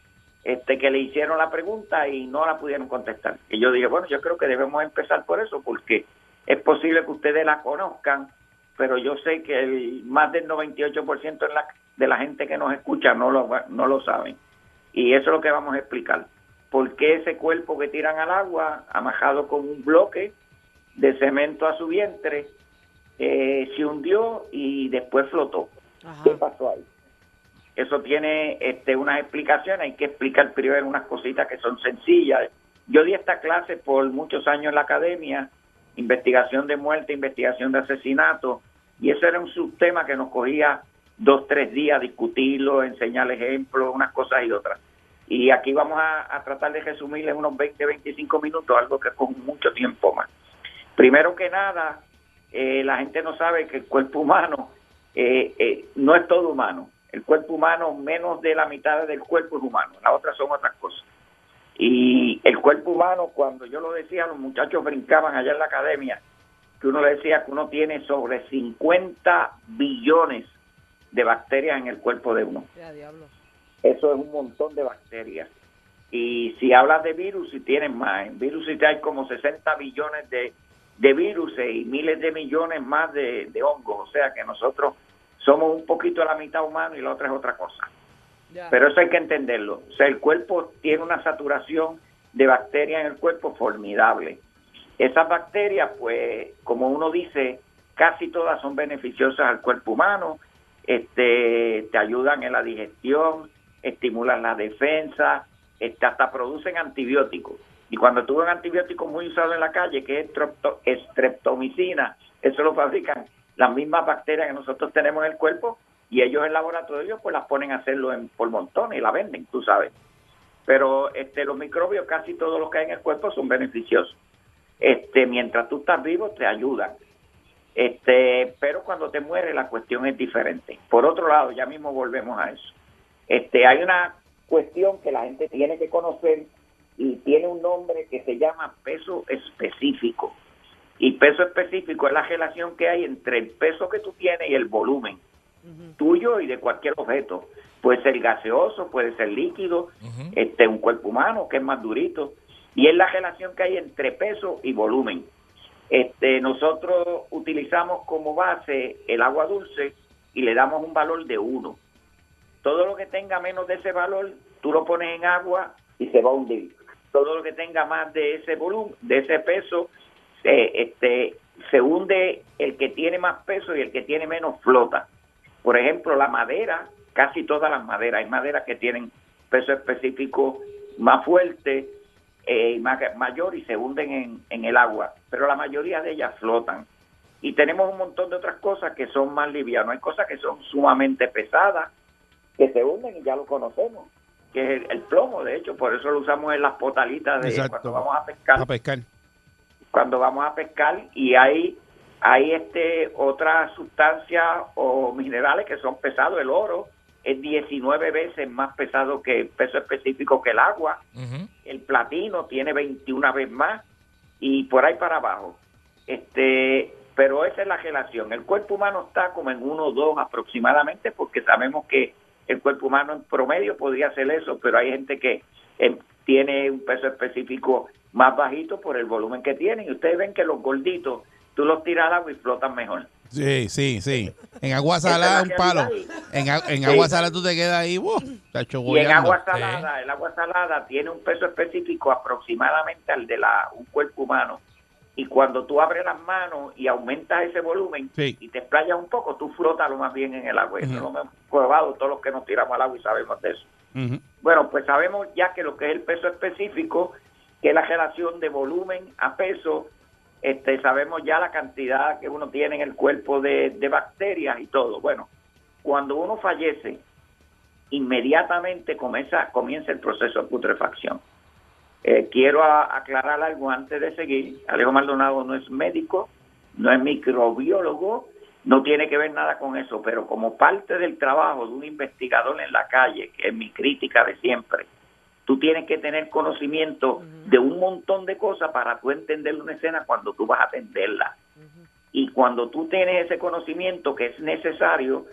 este, que le hicieron la pregunta y no la pudieron contestar. Y yo dije, bueno, yo creo que debemos empezar por eso, porque es posible que ustedes la conozcan, pero yo sé que el, más del 98% de la, de la gente que nos escucha no lo, no lo saben. Y eso es lo que vamos a explicar. ¿Por qué ese cuerpo que tiran al agua, amajado con un bloque de cemento a su vientre, eh, se hundió y después flotó? Ajá. ¿Qué pasó ahí? Eso tiene este, unas explicaciones, hay que explicar primero unas cositas que son sencillas. Yo di esta clase por muchos años en la academia, investigación de muerte, investigación de asesinato, y ese era un subtema que nos cogía dos, tres días discutirlo, enseñar ejemplos, unas cosas y otras. Y aquí vamos a, a tratar de resumir en unos 20, 25 minutos, algo que es con mucho tiempo más. Primero que nada, eh, la gente no sabe que el cuerpo humano eh, eh, no es todo humano. El cuerpo humano, menos de la mitad del cuerpo es humano. Las otras son otras cosas. Y el cuerpo humano, cuando yo lo decía, los muchachos brincaban allá en la academia, que uno le decía que uno tiene sobre 50 billones de bacterias en el cuerpo de uno. Ya, diablo. Eso es un montón de bacterias. Y si hablas de virus, si tienen más. En virus sí hay como 60 billones de, de virus y miles de millones más de, de hongos. O sea que nosotros somos un poquito la mitad humano y la otra es otra cosa. Ya. Pero eso hay que entenderlo. O sea, el cuerpo tiene una saturación de bacterias en el cuerpo formidable. Esas bacterias, pues, como uno dice, casi todas son beneficiosas al cuerpo humano. Este, te ayudan en la digestión, estimulan la defensa, este, hasta producen antibióticos. Y cuando tuve un antibiótico muy usado en la calle, que es estrepto- estreptomicina, eso lo fabrican las mismas bacterias que nosotros tenemos en el cuerpo y ellos en laboratorio pues las ponen a hacerlo en, por montones y la venden, tú sabes. Pero este, los microbios, casi todos los que hay en el cuerpo son beneficiosos. Este, mientras tú estás vivo, te ayudan. Este, pero cuando te mueres la cuestión es diferente. Por otro lado, ya mismo volvemos a eso. Este, hay una cuestión que la gente tiene que conocer y tiene un nombre que se llama peso específico. Y peso específico es la relación que hay entre el peso que tú tienes y el volumen tuyo y de cualquier objeto. Puede ser gaseoso, puede ser líquido, este, un cuerpo humano que es más durito. Y es la relación que hay entre peso y volumen. Este, nosotros utilizamos como base el agua dulce y le damos un valor de 1. Todo lo que tenga menos de ese valor, tú lo pones en agua y se va a hundir. Todo lo que tenga más de ese volumen, de ese peso, se, este, se hunde el que tiene más peso y el que tiene menos flota. Por ejemplo, la madera, casi todas las maderas, hay maderas que tienen peso específico más fuerte eh, y más, mayor y se hunden en, en el agua, pero la mayoría de ellas flotan. Y tenemos un montón de otras cosas que son más livianas, hay cosas que son sumamente pesadas, que se hunden y ya lo conocemos, que es el, el plomo, de hecho, por eso lo usamos en las potalitas de Exacto. cuando vamos a pescar A pescar. cuando vamos a pescar y hay hay este otras sustancias o minerales que son pesados el oro es 19 veces más pesado que peso específico que el agua Ujú. el platino tiene 21 veces más y por ahí para abajo este pero esa es la relación el cuerpo humano está como en 1 o 2 aproximadamente porque sabemos que el cuerpo humano en promedio podría hacer eso pero hay gente que eh, tiene un peso específico más bajito por el volumen que tienen. Y ustedes ven que los gorditos, tú los tiras al agua y flotan mejor. Sí, sí, sí. En agua Esa es la salada un palo. realidad. En, a- en Sí. agua salada tú te quedas ahí, ¡buah! Tacho, Y en boyando. agua salada, el agua salada tiene un peso específico aproximadamente al de la, un cuerpo humano. Y cuando tú abres las manos y aumentas ese volumen Sí. y te explayas un poco, tú flotas lo más bien en el agua. Eso Ujú. lo hemos probado todos los que nos tiramos al agua y sabemos de eso. Ujú. Bueno, pues sabemos ya que lo que es el peso específico, que es la relación de volumen a peso, este, sabemos ya la cantidad que uno tiene en el cuerpo de, de bacterias y todo. Bueno, cuando uno fallece, inmediatamente comienza, comienza el proceso de putrefacción. Eh, quiero a- aclarar algo antes de seguir. Alejo Maldonado no es médico, no es microbiólogo, no tiene que ver nada con eso, pero como parte del trabajo de un investigador en la calle, que es mi crítica de siempre, tú tienes que tener conocimiento de un montón de cosas para tú entender una escena cuando tú vas a atenderla. Y cuando tú tienes ese conocimiento que es necesario,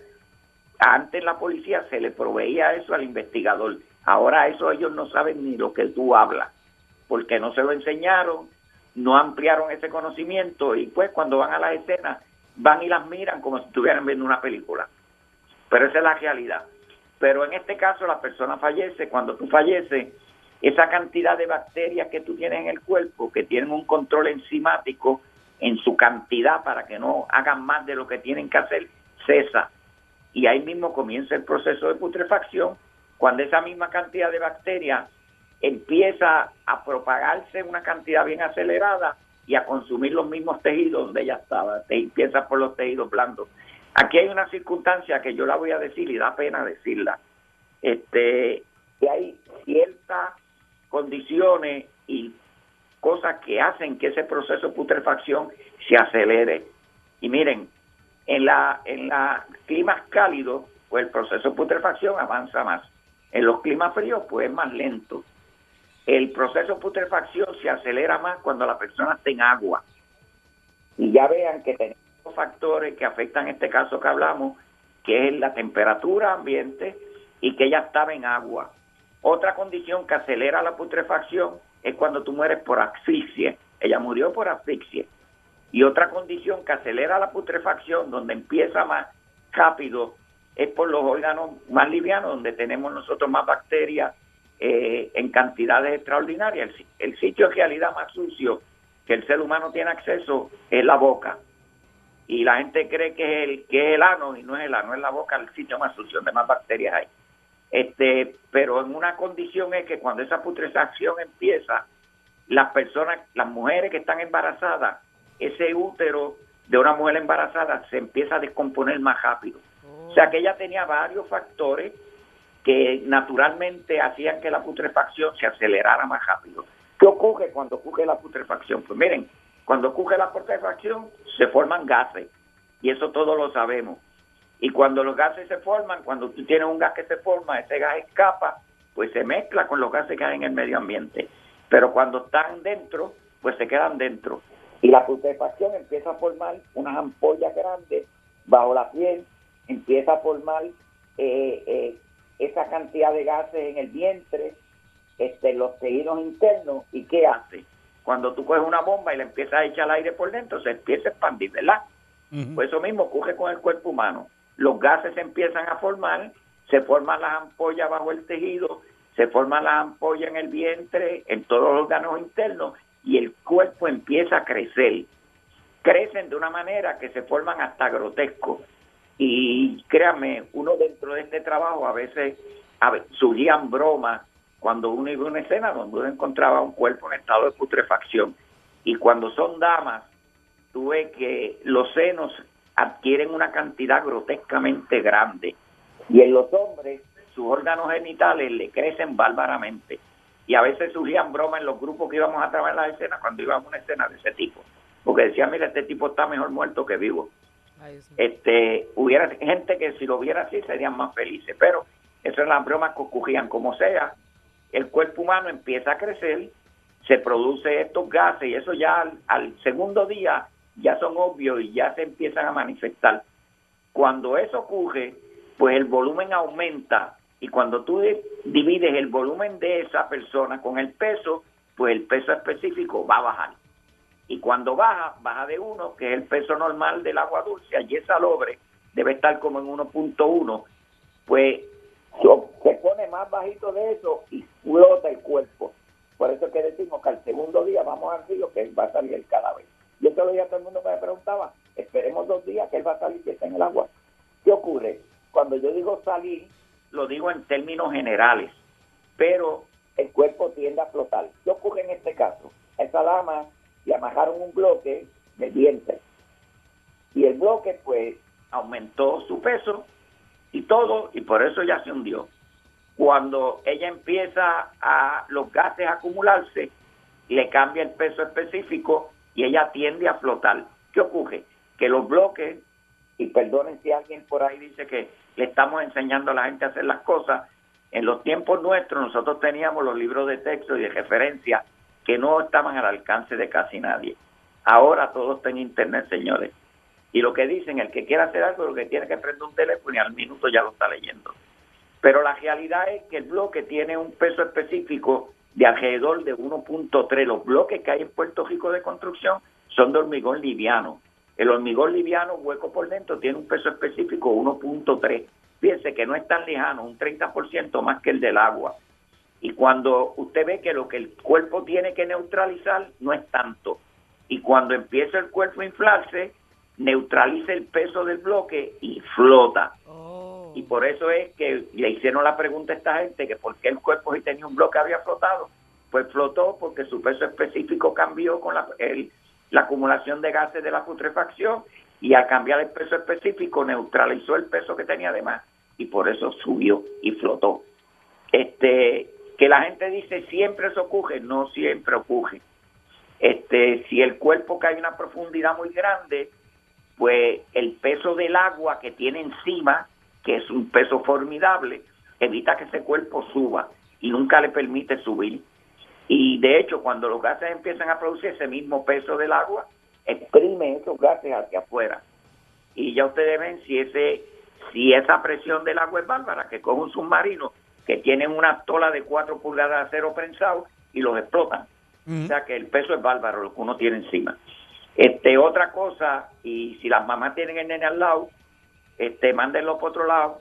antes la policía se le proveía eso al investigador. Ahora eso ellos no saben ni lo que tú hablas, porque no se lo enseñaron, no ampliaron ese conocimiento y pues cuando van a las escenas van y las miran como si estuvieran viendo una película. Pero esa es la realidad. Pero en este caso la persona fallece, cuando tú falleces, esa cantidad de bacterias que tú tienes en el cuerpo, que tienen un control enzimático en su cantidad para que no hagan más de lo que tienen que hacer, cesa y ahí mismo comienza el proceso de putrefacción, cuando esa misma cantidad de bacterias empieza a propagarse una cantidad bien acelerada y a consumir los mismos tejidos donde ya estaba, te empieza por los tejidos blandos. Aquí hay una circunstancia que yo la voy a decir y da pena decirla. Este, que hay ciertas condiciones y cosas que hacen que ese proceso de putrefacción se acelere. Y miren, en la en la climas cálidos, pues el proceso de putrefacción avanza más. En los climas fríos, pues es más lento. El proceso de putrefacción se acelera más cuando la persona está en agua. Y ya vean que tenemos factores que afectan este caso que hablamos, que es la temperatura ambiente y que ya estaba en agua. Otra condición que acelera la putrefacción es cuando tú mueres por asfixia. Ella murió por asfixia y otra condición que acelera la putrefacción, donde empieza más rápido, es por los órganos más livianos, donde tenemos nosotros más bacterias eh, en cantidades extraordinarias. El, si- el sitio en realidad más sucio que el ser humano tiene acceso es la boca. Y la gente cree que es el, que es el ano y no es el ano, es la boca el sitio más sucio, donde más bacterias hay. Este, pero en una condición es que cuando esa putrefacción empieza, las personas, las mujeres que están embarazadas, ese útero de una mujer embarazada se empieza a descomponer más rápido. O sea que ella tenía varios factores que naturalmente hacían que la putrefacción se acelerara más rápido. ¿Qué ocurre cuando ocurre la putrefacción? Pues miren, cuando ocurre la putrefacción se forman gases y eso todos lo sabemos. Y cuando los gases se forman, cuando tú tienes un gas que se forma, ese gas escapa, pues se mezcla con los gases que hay en el medio ambiente. Pero cuando están dentro, pues se quedan dentro. Y la putrefacción empieza a formar unas ampollas grandes bajo la piel, empieza a formar eh, eh, esa cantidad de gases en el vientre, este, los tejidos internos. ¿Y qué hace? Cuando tú coges una bomba y la empiezas a echar al aire por dentro, se empieza a expandir, ¿verdad? Pues eso mismo ocurre con el cuerpo humano. Los gases se empiezan a formar, se forman las ampollas bajo el tejido, se forman las ampollas en el vientre, en todos los órganos internos, y el cuerpo empieza a crecer. Crecen de una manera que se forman hasta grotescos. Y créanme, uno dentro de este trabajo a veces a ve- surgían bromas cuando uno iba a una escena donde uno encontraba un cuerpo en estado de putrefacción. Y cuando son damas, tú ves que los senos adquieren una cantidad grotescamente grande. Y en los hombres, sus órganos genitales le crecen bárbaramente. Y a veces surgían bromas en los grupos que íbamos a trabajar las escenas cuando íbamos a una escena de ese tipo. Porque decían, mira, este tipo está mejor muerto que vivo este hubiera gente que si lo viera así serían más felices, pero esas son las bromas que ocurrían como sea. El cuerpo humano empieza a crecer, se produce estos gases y eso ya al, al segundo día ya son obvios y ya se empiezan a manifestar. Cuando eso ocurre, pues el volumen aumenta y cuando tú di- divides el volumen de esa persona con el peso, pues el peso específico va a bajar y cuando baja, baja de 1, que es el peso normal del agua dulce, allí esa lobre debe estar como en 1.1, pues so- se pone más bajito de eso y flota el cuerpo. Por eso es que decimos que al segundo día vamos al río que va a salir el cadáver. Yo se lo dije a todo el mundo que me preguntaba, esperemos dos días que él va a salir que está en el agua. ¿Qué ocurre? Cuando yo digo salir, lo digo en términos generales pero el cuerpo tiende a flotar. ¿Qué ocurre en este caso? A esa dama le amajaron un bloque de vientre y el bloque pues aumentó su peso y todo y por eso ya se hundió. cuando ella empieza a los gases a acumularse, le cambia el peso específico y ella tiende a flotar. ¿Qué ocurre? Que los bloques, y perdonen si alguien por ahí dice que le estamos enseñando a la gente a hacer las cosas, en los tiempos nuestros nosotros teníamos los libros de texto y de referencia que no estaban al alcance de casi nadie. Ahora todo está en internet, señores. Y lo que dicen, el que quiera hacer algo, lo que tiene que prender un teléfono y al minuto ya lo está leyendo. Pero la realidad es que el bloque tiene un peso específico de alrededor de 1.3. Los bloques que hay en Puerto Rico de construcción son de hormigón liviano. El hormigón liviano, hueco por dentro, tiene un peso específico 1.3. Fíjense que no es tan lejano, un 30% más que el del agua. Y cuando usted ve que lo que el cuerpo tiene que neutralizar no es tanto. Y cuando empieza el cuerpo a inflarse, neutraliza el peso del bloque y flota. Oh. Y por eso es que le hicieron la pregunta a esta gente que por qué el cuerpo si tenía un bloque había flotado. Pues flotó porque su peso específico cambió con la, el- la acumulación de gases de la putrefacción y al cambiar el peso específico neutralizó el peso que tenía además y por eso subió y flotó. Este, que la gente dice siempre eso ocurre, no siempre ocurre. Este, si el cuerpo cae en una profundidad muy grande, pues el peso del agua que tiene encima, que es un peso formidable, evita que ese cuerpo suba y nunca le permite subir. Y de hecho, cuando los gases empiezan a producir ese mismo peso del agua, exprime esos gases hacia afuera. Y ya ustedes ven si ese si esa presión del agua es bárbara, que coge un submarino que tienen una tola de 4 pulgadas de acero prensado y los explotan. O sea que el peso es bárbaro lo que uno tiene encima. Este, otra cosa, y si las mamás tienen el nene al lado, este, mándenlo por otro lado,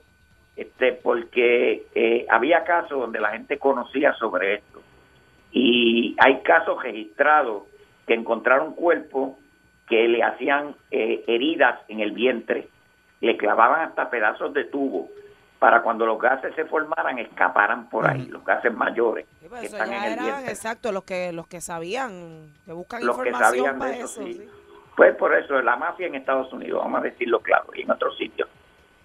este, porque eh, había casos donde la gente conocía sobre esto. Y hay casos registrados que encontraron cuerpos que le hacían eh, heridas en el vientre, le clavaban hasta pedazos de tubo para cuando los gases se formaran escaparan por ahí, los gases mayores Sí, pues que eso están ya en el eran, vientre exacto, los que, los que sabían, que buscan los que información sabían para de eso, sí. sí. Pues por eso, la mafia en Estados Unidos, vamos a decirlo claro, y en otros sitios,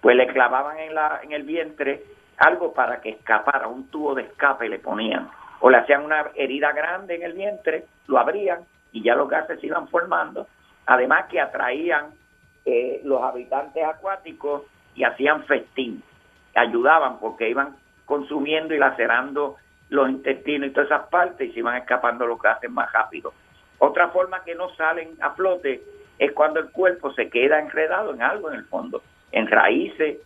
pues le clavaban en, la, en el vientre algo para que escapara, un tubo de escape le ponían, o le hacían una herida grande en el vientre, lo abrían y ya los gases se iban formando, además que atraían eh, los habitantes acuáticos y hacían festín, ayudaban porque iban consumiendo y lacerando los intestinos y todas esas partes y se iban escapando los gases más rápido. Otra forma que no salen a flote es cuando el cuerpo se queda enredado en algo en el fondo, en raíces,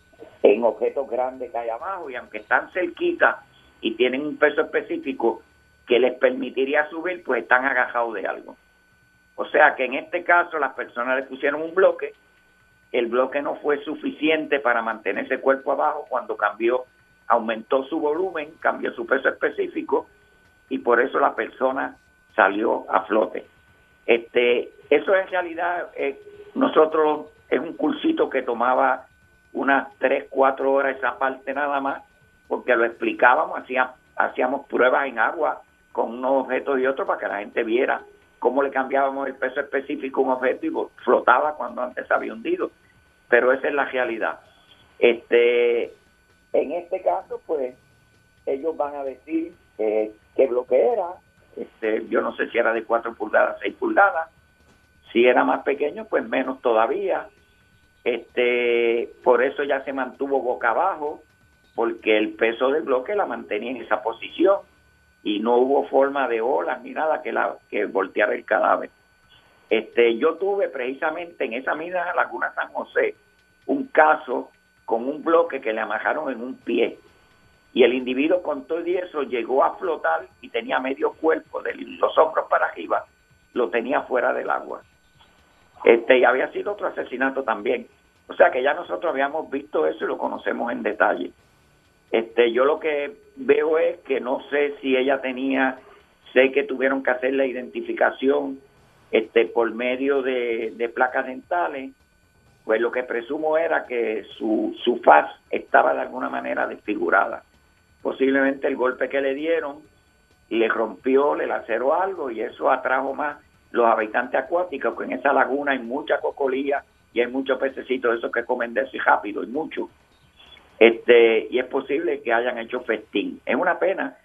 en objetos grandes que hay abajo y aunque están cerquita y tienen un peso específico que les permitiría subir, pues están agajados de algo. O sea que en este caso las personas le pusieron un bloque, el bloque no fue suficiente para mantener ese cuerpo abajo cuando cambió, aumentó su volumen, cambió su peso específico y por eso la persona salió a flote. Este, eso en realidad eh, nosotros es un cursito que tomaba unas 3, 4 horas esa parte nada más, porque lo explicábamos, hacía- hacíamos pruebas en agua con unos objetos y otros para que la gente viera cómo le cambiábamos el peso específico a un objeto y vo- flotaba cuando antes se había hundido. Pero esa es la realidad. Este, en este caso, pues, ellos van a decir eh, qué bloque era. Este, yo no sé si era de 4 pulgadas, 6 pulgadas. Si era más pequeño, pues menos todavía. Este, por eso ya se mantuvo boca abajo, porque el peso del bloque la mantenía en esa posición y no hubo forma de olas ni nada que, la, que volteara el cadáver. Este, yo tuve precisamente en esa misma laguna San José un caso con un bloque que le amarraron en un pie y el individuo con todo y eso llegó a flotar y tenía medio cuerpo de los hombros para arriba, lo tenía fuera del agua. Este, y había sido otro asesinato también. O sea que ya nosotros habíamos visto eso y lo conocemos en detalle. Este, yo lo que veo es que no sé si ella tenía, sé que tuvieron que hacer la identificación este, por medio de, de placas dentales, pues lo que presumo era que su, su faz estaba de alguna manera desfigurada. Posiblemente el golpe que le dieron le rompió, le laceró algo y eso atrajo más los habitantes acuáticos, que en esa laguna hay mucha cocolía y hay muchos pececitos, esos que comen de eso y rápido, y mucho este y es posible que hayan hecho festín. Es una pena,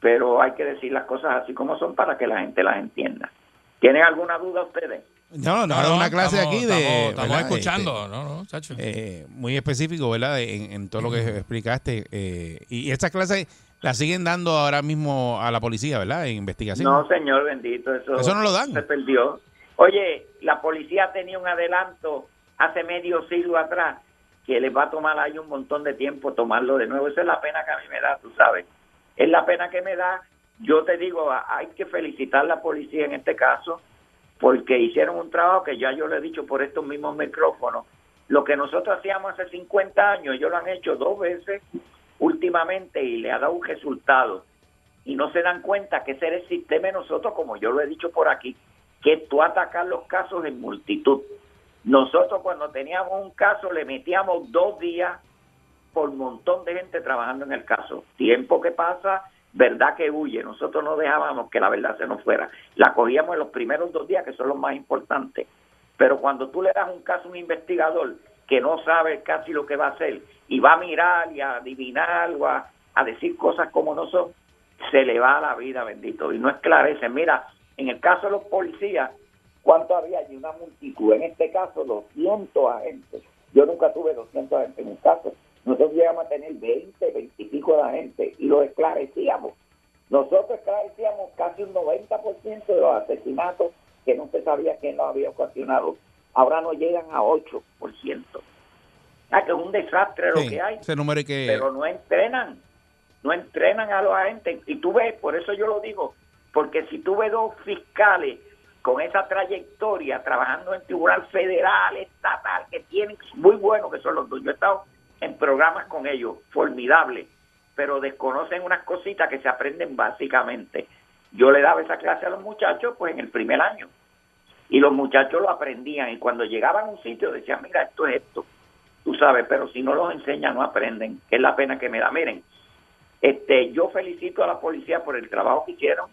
pero hay que decir las cosas así como son para que la gente las entienda. ¿Tienen alguna duda ustedes? No, no, da una clase estamos- aquí de. Estamos, estamos ¿verdad? escuchando, no, no, chacho. Este, eh, muy específico, ¿verdad? De- En, en todo lo que explicaste. eh, y estas clases las siguen dando ahora mismo a la policía, ¿verdad? En investigación. No, señor bendito, eso, Eso no lo dan. se perdió. Oye, la policía tenía un adelanto hace medio siglo atrás que les va a tomar ahí un montón de tiempo tomarlo de nuevo. Esa es la pena que a mí me da, tú sabes. Es la pena que me da. Yo te digo, a- hay que felicitar a la policía en este caso porque hicieron un trabajo que ya yo le he dicho por estos mismos micrófonos. Lo que nosotros hacíamos hace 50 años, ellos lo han hecho dos veces últimamente y le ha dado un resultado y no se dan cuenta que ese era el sistema de nosotros, como yo lo he dicho por aquí, que tú atacas los casos en multitud. Nosotros cuando teníamos un caso le metíamos dos días por montón de gente trabajando en el caso. Tiempo que pasa, verdad que huye. Nosotros no dejábamos que la verdad se nos fuera. La cogíamos en los primeros dos días, que son los más importantes. Pero cuando tú le das un caso a un investigador que no sabe casi lo que va a hacer y va a mirar y a adivinar o a, a decir cosas como no son, se le va la vida, bendito. Y no esclarece. Mira, en el caso de los policías, ¿cuánto había allí? Una multitud. En este caso, 200 agentes. Yo nunca tuve 200 agentes en un caso. Nosotros llegamos a tener 20, 20 y pico de agentes y los esclarecíamos. Nosotros esclarecíamos casi un 90% de los asesinatos que no se sabía quién los había ocasionado. Ahora no llegan a 8%. Ah, que es un desastre Sí, lo que hay Ese número hay que. pero no entrenan, no entrenan a los agentes. Y tú ves, por eso yo lo digo, porque si tú ves dos fiscales con esa trayectoria trabajando en tribunal federal, estatal, que tienen, muy buenos que son los dos, yo he estado en programas con ellos, formidables, pero desconocen unas cositas que se aprenden básicamente. Yo le daba esa clase a los muchachos pues en el primer año y los muchachos lo aprendían y cuando llegaban a un sitio decían, mira, esto es esto tú sabes, pero si no los enseñan no aprenden, que es la pena que me da. Miren, este, yo felicito a la policía por el trabajo que hicieron,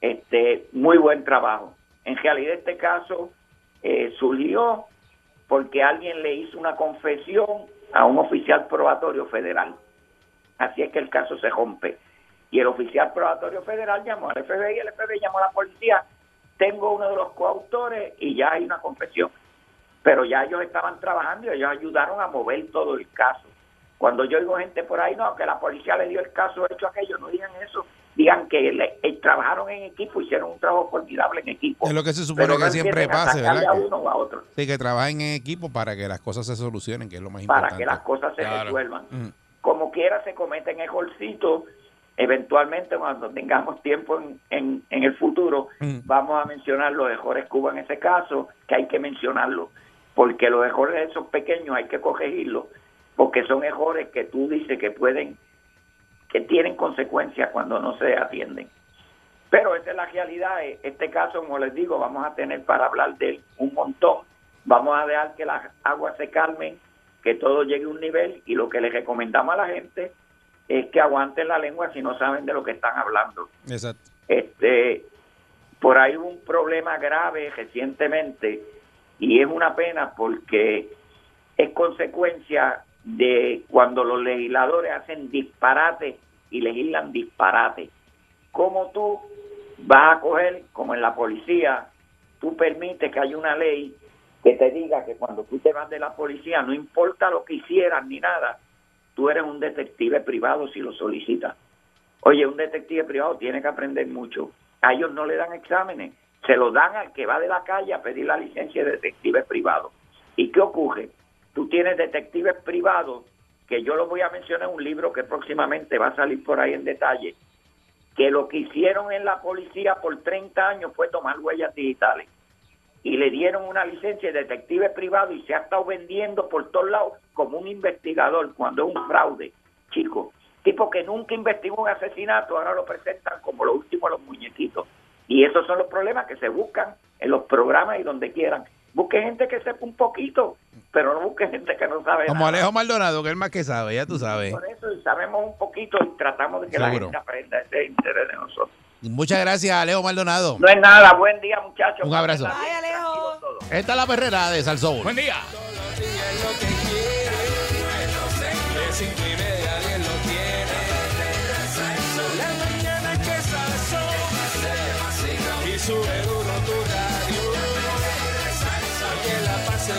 este, muy buen trabajo. En realidad este caso eh, surgió porque alguien le hizo una confesión a un oficial probatorio federal. Así es que el caso se rompe. Y el oficial probatorio federal llamó al FBI, el FBI llamó a la policía, tengo uno de los coautores y ya hay una confesión pero ya ellos estaban trabajando y ellos ayudaron a mover todo el caso. Cuando yo oigo gente por ahí, no, que la policía le dio el caso hecho a aquello, no digan eso, digan que le- eh, trabajaron en equipo, hicieron un trabajo formidable en equipo. Es lo que se supone que siempre empiecen a pase, sacarle ¿verdad? A uno o a otro Sí, que trabajen en equipo para que las cosas se solucionen, que es lo más para importante. que las cosas se Claro. resuelvan. Ujú. Como quiera se cometen errorcitos, eventualmente cuando tengamos tiempo en, en- en el futuro, Mm. vamos a mencionar los errores que hubo en ese caso, que hay que mencionarlo, porque los errores esos pequeños hay que corregirlos, porque son errores que tú dices que pueden, que tienen consecuencias cuando no se atienden. Pero esa es la realidad. eh, Este caso, como les digo, vamos a tener para hablar de él un montón. Vamos a dejar que las aguas se calmen, que todo llegue a un nivel y lo que les recomendamos a la gente es que aguanten la lengua si no saben de lo que están hablando. Exacto. Este, por ahí hubo un problema grave recientemente y es una pena porque es consecuencia de cuando los legisladores hacen disparate y legislan disparate. ¿Cómo tú vas a coger, como en la policía, tú permites que haya una ley que te diga que cuando tú te vas de la policía, no importa lo que hicieras ni nada, tú eres un detective privado si lo solicitas? Oye, un detective privado tiene que aprender mucho. A ellos no le dan exámenes, se lo dan al que va de la calle a pedir la licencia de detective privado. ¿Y qué ocurre? Tú tienes detectives privados, que yo lo voy a mencionar en un libro que próximamente va a salir por ahí en detalle, que lo que hicieron en la policía por 30 años fue tomar huellas digitales. Y le dieron una licencia de detective privado y se ha estado vendiendo por todos lados como un investigador cuando es un fraude, chico. Tipo que nunca investigó un asesinato, ahora lo presentan como lo último a los muñequitos. Y esos son los problemas que se buscan en los programas y donde quieran. Busque gente que sepa un poquito, pero no busque gente que no sabe Como nada. Alejo Maldonado, que es el más que sabe, ya tú sabes. Por eso sabemos un poquito y tratamos de que la Seguro. gente aprenda ese interés de nosotros. Muchas gracias, Alejo Maldonado. No es nada, buen día muchachos. Un abrazo. Pásenla bien, Bye, Alejo. tranquilos todos. Esta es la perrera de Salsoul. Buen día. Todos los días lo que quiero. de cinco y media a diez lo tiene. Son las mañanas que sazón y sube duro tu radio. Pa' que la pase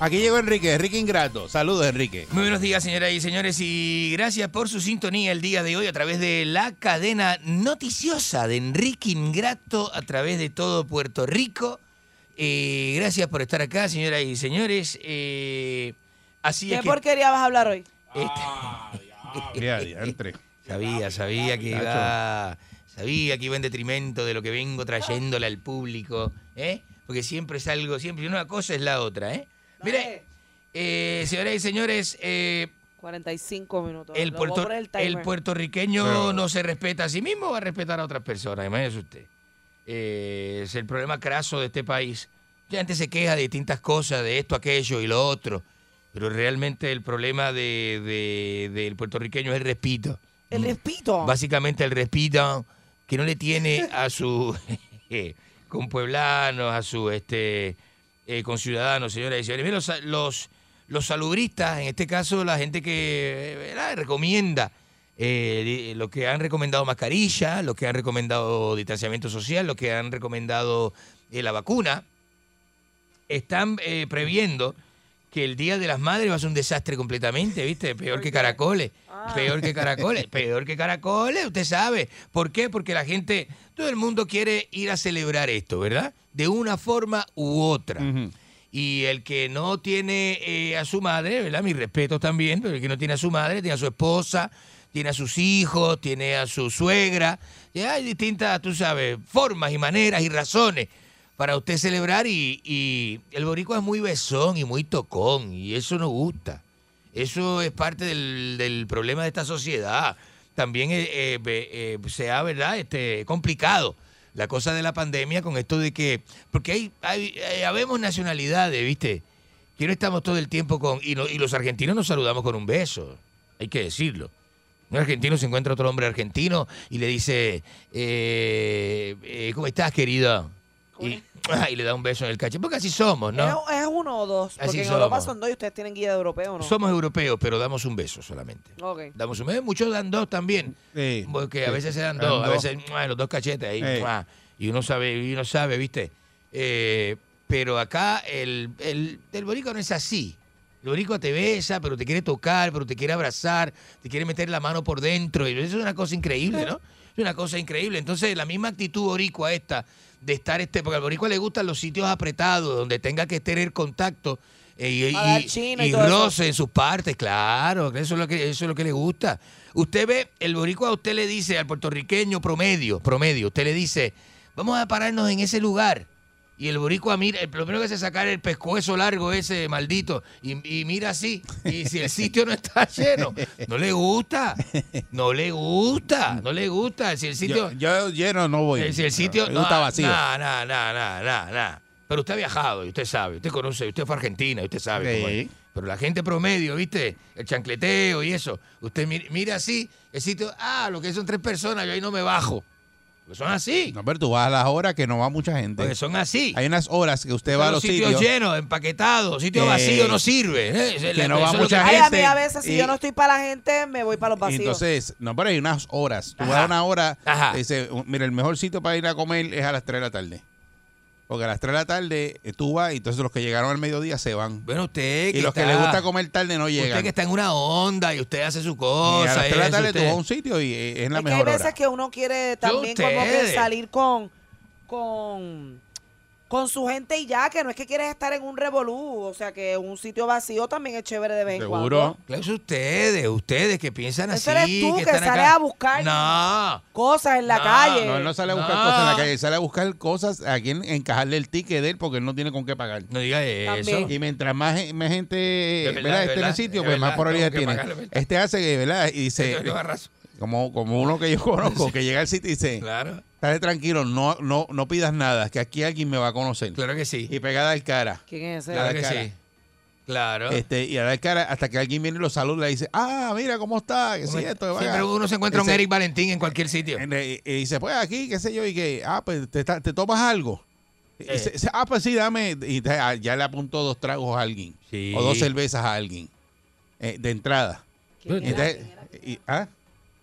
Aquí llegó Enrique, Enrique Ingrato. Saludos, Enrique. Muy buenos días, señoras y señores, y gracias por su sintonía el día de hoy a través de la cadena noticiosa de Enrique Ingrato, a través de todo Puerto Rico. Eh, gracias por estar acá, señoras y señores. Eh, así ¿Qué es que... porquería vas a hablar hoy? Mira, adiantre. Este. Sabía, sabía que iba, sabía que iba en detrimento de lo que vengo trayéndole al público, ¿eh? Porque siempre es algo, siempre una cosa es la otra, ¿eh? Mire, eh, señoras y señores, eh, 45 minutos. Lo el, voy a puerto- poner el timer. el puertorriqueño Pero- no se respeta a sí mismo, va a respetar a otras personas, imagínese usted. Eh, es el problema craso de este país. Ya antes se queja de distintas cosas, de esto, aquello y lo otro, pero realmente el problema de- de- del puertorriqueño es el respeto. El respito. Básicamente el respeto que no le tiene a su con pueblanos, a su este eh, con ciudadanos, señoras y señores. Mira, los, los, los salubristas, en este caso la gente que eh, ¿verdad? recomienda, eh, los que han recomendado mascarilla, los que han recomendado distanciamiento social, los que han recomendado eh, la vacuna, están eh, previendo que el Día de las Madres va a ser un desastre completamente, ¿viste? Peor que caracoles, peor que caracoles, peor que caracoles, usted sabe. ¿Por qué? Porque la gente, todo el mundo quiere ir a celebrar esto, ¿verdad? De una forma u otra. Y el que no tiene eh, a su madre, ¿verdad? Mis respetos también, pero el que no tiene a su madre, tiene a su esposa, tiene a sus hijos, tiene a su suegra. Y hay distintas, tú sabes, formas y maneras y razones para usted celebrar. Y, y el boricua es muy besón y muy tocón, y eso no gusta. Eso es parte del, del problema de esta sociedad. También eh, eh, ve- eh, se ha, ¿verdad?, este, complicado la cosa de la pandemia con esto de que. Porque hay, hay, eh, habemos nacionalidades, ¿viste? Que no estamos todo el tiempo con. Y, no- y los argentinos nos saludamos con un beso, hay que decirlo. Un argentino se encuentra otro hombre argentino y le dice: eh, eh, ¿Cómo estás, querida? Y, y le da un beso en el caché. Porque así somos, ¿no? Es- Es uno o dos. Porque Así en Europa somos. son dos y ustedes tienen guía de europeo, ¿no? Somos europeos, pero damos un beso solamente. Ok. Damos un beso. Muchos dan dos también. Sí. Porque a Sí. veces se dan Dan dos, a dos. veces ¡mua! los dos cachetes ahí. Ey. ¡mua! Y uno sabe, y uno sabe, ¿viste? Eh, pero acá el, el, el boricua no es así. El boricua te besa, pero te quiere tocar, pero te quiere abrazar, te quiere meter la mano por dentro. Y eso es una cosa increíble, ¿no? Es una cosa increíble. Entonces, la misma actitud boricua esta de estar este, porque al boricua le gustan los sitios apretados, donde tenga que tener contacto eh, y, A dar y- chino y y todo eso. roce en sus partes, claro, que eso es lo que eso es lo que le gusta. Usted ve el boricua, usted le dice al puertorriqueño promedio, promedio, usted le dice, "Vamos a pararnos en ese lugar." Y el boricua mira, el primero que hace es sacar el pescuezo largo ese maldito y, y mira así, y si el sitio no está lleno, no le gusta. No le gusta, no le gusta si el sitio Yo, yo lleno no voy. eh, Si el sitio Me gusta no, vacío. No, no, no, no, no, no. Pero usted ha viajado y usted sabe, usted conoce, usted fue a Argentina y usted sabe. Sí. cómo es. Pero la gente promedio, ¿viste? El chancleteo y eso. Usted mi- mira, así, el sitio, ah, lo que son tres personas, yo ahí no me bajo. Porque son así. No, pero tú vas a las horas que no va mucha gente. Porque son así. Hay unas horas que usted Son va a los los sitios, sitios. llenos, empaquetados, sitio Que- vacío no sirve. ¿eh? Eso es que la- no va eso es lo mucha que- Ay, a mí gente a veces, si y- yo no estoy para la gente, me voy para los Y vacíos. Entonces, no, pero hay unas horas. Tú Ajá. vas a una hora, Ajá. dice, mira, el mejor sitio para ir a comer es a las 3 de la tarde. Porque a las 3 de la tarde eh, tú vas y entonces los que llegaron al mediodía se van. Bueno, usted que Y los que está- les gusta comer tarde no llegan. Usted que está en una onda y usted hace su Y cosa. a las 3 de la eso, tarde tú usted- vas a un sitio y eh, es la es que hay mejor veces hora. que uno quiere también como que ustedes. salir con, con con su gente y ya, que no es que quieres estar en un revolú, o sea que un sitio vacío también es chévere de vez en Seguro. cuando. Claro, es ustedes, ustedes que piensan Ese así. eres tú que están sales acá. a buscar No. Cosas en la No, calle. No, él no sale a buscar No. cosas en la calle, sale a buscar cosas a quien encajarle el ticket de él porque él no tiene con qué pagar. No diga eso. También. Y mientras más, gen- más gente verdad, ¿verdad? de esté en el verdad, sitio, de pues más verdad, probabilidad tengo que tiene. pagarle, ¿verdad? Este hace, ¿verdad? Y dice, Yo llevo razón. como, como uno que yo conozco, que llega al sitio y dice, Claro, estate tranquilo, no, no, no pidas nada, que aquí alguien me va a conocer. claro que sí. Y pegada al cara. ¿Quién es ese? La- Claro la que cara. sí. Claro. Este, y a la cara, hasta que alguien viene y lo saluda y le dice, ah, mira cómo está, que sí, esto va Siempre uno se encuentra un Eric Valentín en cualquier sitio. En re- Y, dice, pues aquí, qué sé yo, y que, ah, pues te, ta- te tomas algo. Y se- se- ah, pues sí, dame. Y te- ah, ya le apuntó dos tragos a alguien. Sí. O dos cervezas a alguien. eh, de entrada. Entonces, y- ¿ah?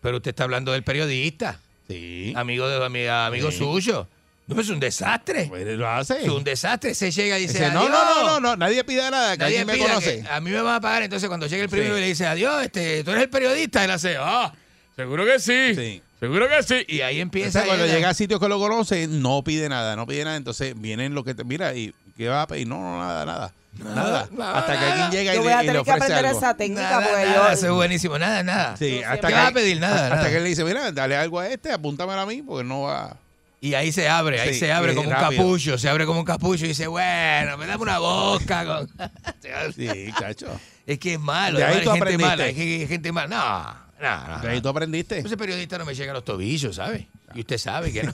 Pero usted está hablando del periodista, Sí. amigo de ami- amigo Sí. suyo. No, es un desastre. Pues, lo hace. Es un desastre. Se llega y dice, Dice, no, no, "Adiós". no, no, no, nadie pida nada, que Nadie alguien me pida conoce. que a mí me van a pagar. Entonces, cuando llega el primero Sí. y le dice, adiós, este, tú eres el periodista, él hace, ah, seguro que sí, Sí. seguro que sí. Y ahí empieza. Entonces, cuando él a- llega a sitios que lo conoce, no pide nada, no pide nada. Entonces vienen lo que te. Mira, ¿y qué vas a pedir? No, no, nada, nada. Nada. nada, hasta que nada. alguien llega y Yo voy le, a y le tener que ofrece aprender algo. esa técnica pues, nada, porque nada, yo eso es buenísimo, nada, nada. Sí, Yo hasta siempre- que, ¿Qué vas a pedir? Nada, hasta nada. que él le dice, mira, dale algo a este, apúntamelo a mí, porque no va. Y ahí se abre, ahí Sí, se abre y como rápido. un capullo, se abre como un capullo y dice, bueno, me dame una boca. con-". Ah. Sí, cacho. es que es malo, De ahí hermano, tú hay gente aprendiste. mala, hay gen- hay gente mala. No, no, no. Ahí tú aprendiste. Ese periodista no me llega a los tobillos, ¿sabe? Y usted sabe que no.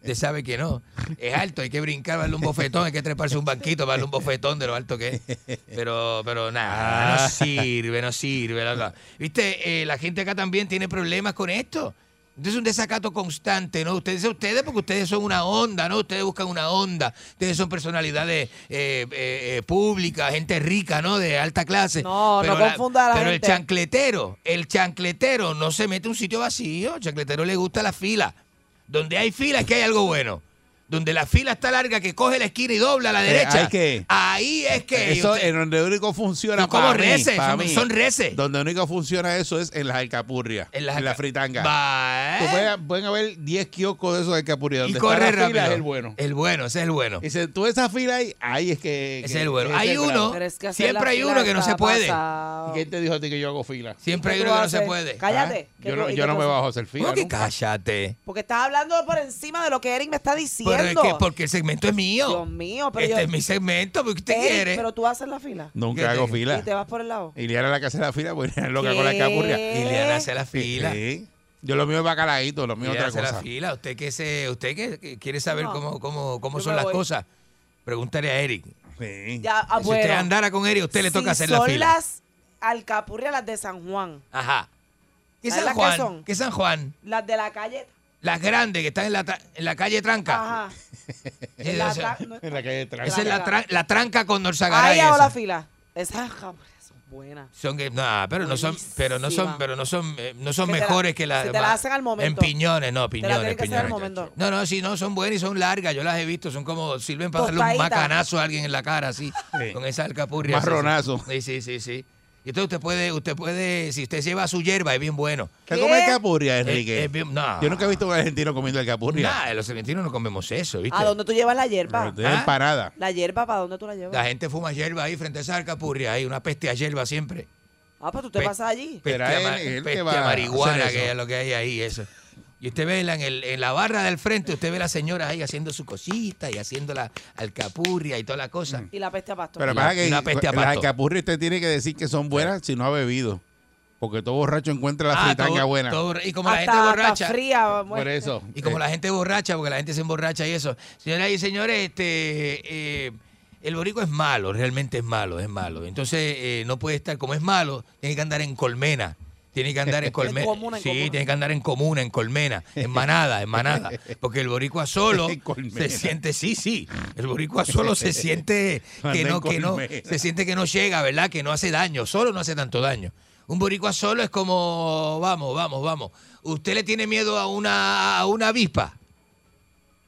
Usted sabe que no. Es alto, hay que brincar, darle un bofetón, hay que treparse un banquito, darle un bofetón de lo alto que es. Pero, pero Ah. nada, Ah, no sirve, no sirve. bla, bla. Viste, eh, la gente acá también tiene problemas con esto. Entonces es un desacato constante, ¿no? Ustedes ustedes porque ustedes son una onda, ¿no? Ustedes buscan una onda. Ustedes son personalidades eh, eh, eh, públicas, gente rica, ¿no? De alta clase. No, no confunda a la Pero el gente. chan- chancletero, el chancletero no se mete a un sitio vacío, el chancletero le gusta la fila. Donde hay fila es que hay algo bueno. Donde la fila está larga que coge la esquina y dobla a la Eh, derecha. hay que- Ahí es que Eso usted- en donde único funciona. Son como para mí, reces, para son- mí. son reces. Donde único funciona eso es en las alcapurrias. En las, alca- fritangas. Va, Tú ¿eh? puedes- pueden haber 10 kioscos de esos alcapurrias. Y Donde está corre la fila rápido. es el bueno. El bueno, ese es el bueno. Y si tú esa fila ahí, ahí es que. Ese que- es el bueno. que Hay bravo. uno- Pero es que hacer Siempre la hay fila uno que no está se puede. pasado. ¿Y ¿Quién te dijo a ti que yo hago fila? Siempre hay ¿Qué tú uno que no vas a se hacer? puede. Cállate. Ah, ¿Qué Yo tú- no, y yo qué no tú me haces? bajo a hacer fila. ¿Cómo que nunca. cállate? Porque estás hablando por encima de lo que Eric me está diciendo. Pero es que porque el segmento es mío. Dios mío, pero este yo- es mi segmento, porque usted Eric, quiere. pero tú haces la fila. Nunca hago fila. Y te vas por el lado. Y Liana la que hace la fila, pues Liana es loca con la alcapurria. ¿Qué? Y le hace la Sí, fila. sí. Yo lo mío es bacalaíto, lo mío es Mira, otra hace la cosa. fila. Usted que se, usted que- que quiere saber No. cómo, cómo, cómo Yo son me las voy. cosas, pregúntale a Eric. Sí. Ya, ah, Si usted bueno. andara con Eric, a usted le toca Si hacer la son fila. las alcapurrias, las de San Juan. Ajá. ¿Qué ¿Sabes San las que Juan? son? ¿Qué San Juan? Las de la calle. Las grandes que están en la, tra- en la calle Tranca. Ajá. Esa- Eh, La esa- tra- no- En la calle de esa es la, Tranca. tra- la Tranca con Norzagaray. Ahí hago la esa. fila. Esas alcapurrias son buenas. Son que- nah, pero no son, pero no son, Buenísima. pero no son, eh, no son Que te la- mejores que las. se te la hacen al momento. En piñones, no, piñones, tienen que hacer piñones. al momento. No, no, si no, son buenas y son largas. Yo las he visto, son como, sirven para darle un Tostaditas. macanazo a alguien en la cara, así, con esa alcapurria. así, Marronazo. Sí, sí, sí, sí. Y entonces usted puede, usted puede, si usted lleva su hierba, es bien bueno. ¿Qué ¿Qué? come alcapurria, Enrique? Es- es Eh, bien- no. Yo nunca he visto a un argentino comiendo alcapurria. Nah, los argentinos no comemos eso, ¿viste? ¿A Ah, dónde tú llevas la hierba? Es ¿Ah? empanada. La hierba, ¿para dónde tú la La llevas? gente fuma hierba ahí frente a esa alcapurria, hay una peste a hierba siempre. Ah, pues tú te Pe- pasas allí. Peste, Será ama- él- él peste que va a marihuana, hacer eso. que es lo que hay ahí, eso. Y usted ve la- en, el- en la barra del frente, usted ve a la señora ahí haciendo su cosita y haciendo la alcapurria y toda la cosa. Y la peste a pasto. Pero la- pasa que una peste a las pasto. alcapurrias usted tiene que decir que son buenas si no ha bebido. Porque todo borracho encuentra la Ah, fritanga todo- buena. todo- y como la hasta, gente hasta borracha. fría. Por bueno. eso. Y como eh, la gente borracha, porque la gente se emborracha y eso. Señoras y señores, este eh, el borico es malo, realmente es malo, es malo. Entonces eh, no puede estar, como es malo, tiene que andar en colmena. Tiene que andar en colmena. comuna, en sí, comuna. tiene que andar en comuna, en colmena, en manada, en manada. Porque el boricua solo En colmena. se siente, sí, sí. El boricua solo se siente Anda que en no, que no, colmena. se siente que no llega, ¿verdad? Que no hace daño, solo no hace tanto daño. Un boricua solo es como, vamos, vamos, vamos. ¿Usted le tiene miedo a una, a una avispa?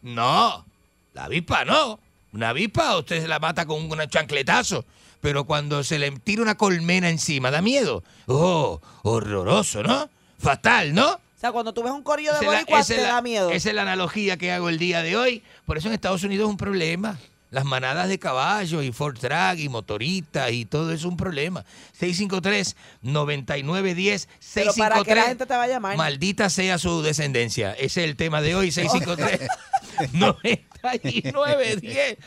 No, la avispa no. Una avispa usted se la mata con un chancletazo. Pero cuando se le tira una colmena encima, da miedo. Oh, horroroso, ¿no? Fatal, ¿no? O sea, cuando tú ves un corillo de Esa es la- boricuas, esa te es la- da miedo. Esa es la analogía que hago el día de hoy. Por eso en Estados Unidos es un problema. Las manadas de caballos y Ford Track y motoritas y todo es un problema. 653-9910. Pero para que la 653, gente te va a llamar. Maldita sea su descendencia. Ese es el tema de hoy. 653-9910.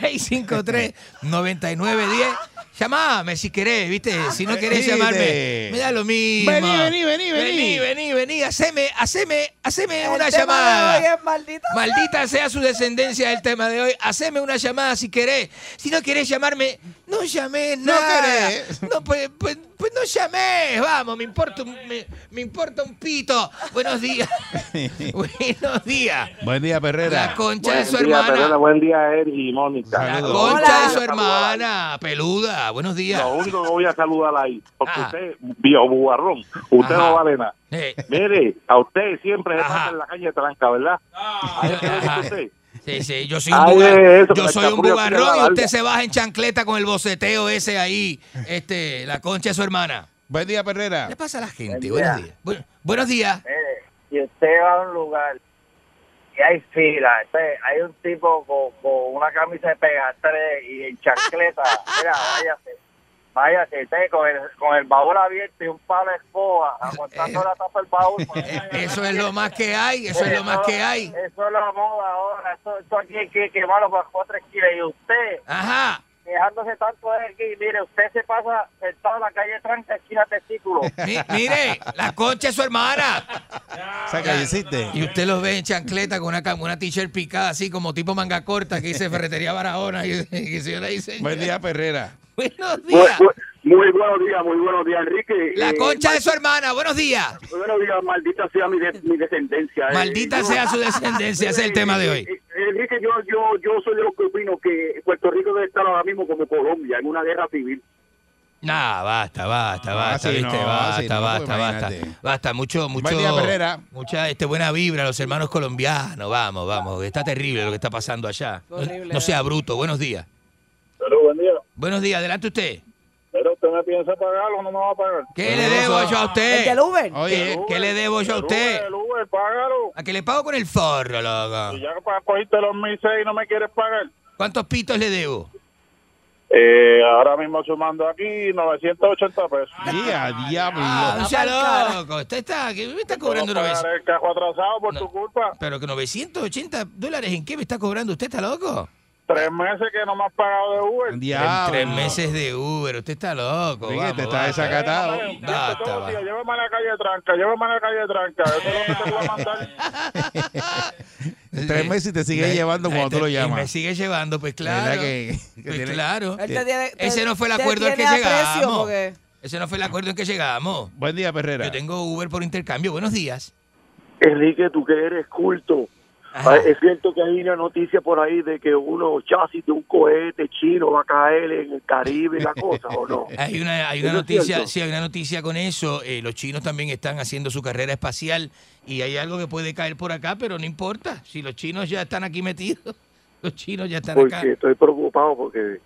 653-9910. Llamame si querés, ¿viste? Si no querés Venite. llamarme, me da lo mismo. Vení, vení, vení, Vení, vení. vení, vení, haceme, haceme, haceme El tema una de llamada. hoy es maldita sea. Maldita sea su descendencia el tema de hoy. Haceme una llamada si querés. Si no querés llamarme, no llamé nada. querés. No, pues, pues- pues no llamé. Vamos, me importa un, me, me importa un pito. Buenos días. Buenos días. Buen día, Perrera. La concha de su Buen día, Perrera. hermana. Buen día, Eric y Mónica. La Saludos. concha Hola. de su hermana. Peluda. Buenos días. Lo único que voy a saludar ahí, porque Ah. usted, viejo bugarrón, usted Ajá. no vale nada. Eh, Mire, a usted siempre se Ajá. pasa en la calle tranca, ¿verdad? Ahí está, Ajá. usted. Sí, sí, Eh, yo soy un, Ay, buga- eso, yo la soy un chapurria tiene la bugarrón y larga. usted se baja en chancleta con el boceteo ese ahí, este, la concha de su hermana. Buen día, ¿Qué le Perrera. pasa a la Buen gente? Buenos día. días. Bu- buenos días. Mire, si usted va a un lugar y hay fila, entonces hay un tipo con, con una camisa de pegatres y en chancleta, mira, váyase. Váyase, usted con el, con el baúl abierto y un palo de escoba, aguantando la tapa del baúl. pues. Eso es lo más que hay, eh. eso es lo más que hay. Eso es la moda ahora, eso, eso aquí hay que quemarlo para cuatro esquinas. Y usted, Ajá. dejándose tanto de aquí, mire, usted se pasa sentado en la calle tranca, esquina testículo. Mi- mire, la concha es su hermana. Saca, hiciste. Y usted los ve en chancleta con una, cam- una t-shirt picada así como tipo manga corta que dice Ferretería Barahona. Y, y señora y señor. Buen día, Perrera. Buenos Muy, días. muy- muy buenos días, muy buenos días, Enrique. La Eh, concha de su hermana, buenos días. muy buenos días, maldita sea mi, de- mi descendencia. eh. Maldita Yo- sea su descendencia, ese es el tema de hoy. Eh, eh, Enrique, yo, yo, yo soy de los que opino que Puerto Rico debe estar ahora mismo como Colombia, en una guerra civil. Nah, basta, basta, basta, así viste, Ah, no, basta, así no, basta, pues, basta. imagínate. Basta, mucho, mucho. día, Herrera. Mucha este, buena vibra, los hermanos colombianos, vamos, vamos. Está terrible lo que está pasando allá. No- Horrible, no sea bruto, buenos días. Pero buen día. Buenos días, adelante usted. Pero usted me piensa pagar o no me va a pagar. ¿Qué le debo yo a El usted? del Uber. Oye, ¿Qué, qué le debo yo a usted? Uber, págalo. A que le pago con el forro, Ah. loco. ya cogiste los 1.6 y no me quieres pagar. ¿Cuántos pitos le debo? Eh, ahora mismo sumando aquí 980 pesos. día, Ah, diablo. no sea loco. Usted está, que me está cobrando una vez. el cajo atrasado por No. tu culpa. Pero que 980 dólares, ¿en qué me está cobrando? ¿Usted está loco? Tres meses que no me has pagado de Uber. En Diablo. tres meses de Uber, usted está loco. Enrique, vamos, te está vamos. Ah, desacatado. Basta, Todos los va. días, Llévame a la calle tranca, llévame a la calle tranca. Eso es lo que te voy a mandar. Eh, En tres meses y te sigue Me- llevando cuando tú lo y eh, me llamas. sigue llevando, pues ¿Verdad claro. que- que Pues tiene- claro. Él te tiene- te- Ese no fue el te acuerdo al que tiene aprecio llegamos. porque- Ese no fue el acuerdo en que llegamos. Buen día, Perrera. Yo tengo Uber por intercambio. Buenos días. Enrique, tú que eres culto. Ajá. Ah, Es cierto que hay una noticia por ahí de que uno chasis de un cohete chino va a caer en el Caribe y la cosa, ¿o no? Hay una, hay Eso una es noticia, cierto. sí, hay una noticia con eso. Eh, los chinos también están haciendo su carrera espacial y hay algo que puede caer por acá, pero no importa. Si los chinos ya están aquí metidos, los chinos ya están acá. Porque estoy preocupado porque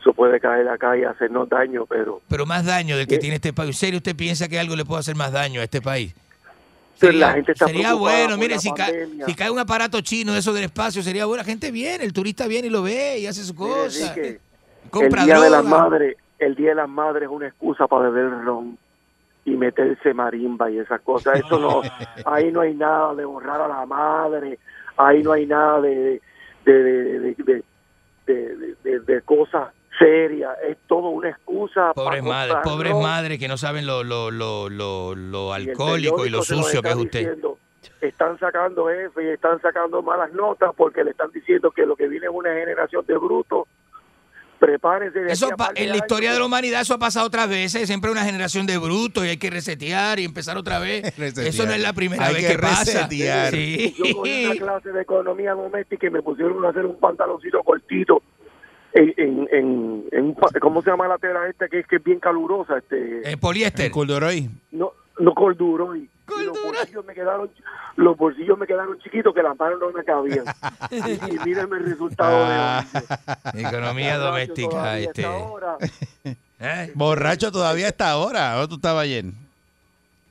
eso puede caer acá y hacernos daño, pero Pero más daño Eh. del que tiene este país. ¿En serio usted piensa que algo le puede hacer más daño a este país? Pero la gente está sería preocupada bueno, por mire, la si, ca- pandemia. si cae un aparato chino de eso del espacio, sería bueno. La gente viene, el turista viene y lo ve y hace su Mire, cosa. Enrique, Compra el día de las droga. madres, el día de las madres es una excusa para beber ron y meterse marimba y esas cosas. Eso no, ahí no hay nada de honrar a la madre, ahí no hay nada de de, de, de, de- de- de- de- de cosas serias. Es todo una excusa. para Pobres madres, comprar pobres ron. madres que no saben lo, lo, lo, lo, lo Y el alcohólico y lo periódico se nos sucio que es está usted. diciendo, están sacando F y están sacando malas notas porque le están diciendo que lo que viene es una generación de brutos. Prepárense. de Eso aquí a pa- par de en la historia años. de la humanidad eso ha pasado otras veces, siempre una generación de brutos y hay que resetear y empezar otra vez. Resetear. Eso no es la primera Hay vez que que, pasa. resetear. Sí. Yo cogí una clase de economía doméstica y me pusieron a hacer un pantaloncito cortito. En, en, en, en un pa- ¿Cómo se llama la tela esta que es, que es bien calurosa? Este, Eh, poliéster. En Culduroy. no, no corduro. Y, y los Corduroy. bolsillos me quedaron los bolsillos me quedaron chiquitos que las manos no me cabían. y, y mírame el resultado Ah. de hoy. Ah, Economía Borracho doméstica. todavía a Este. esta hora. ¿Eh? Borracho todavía está ahora. ¿Dónde tú estabas ayer?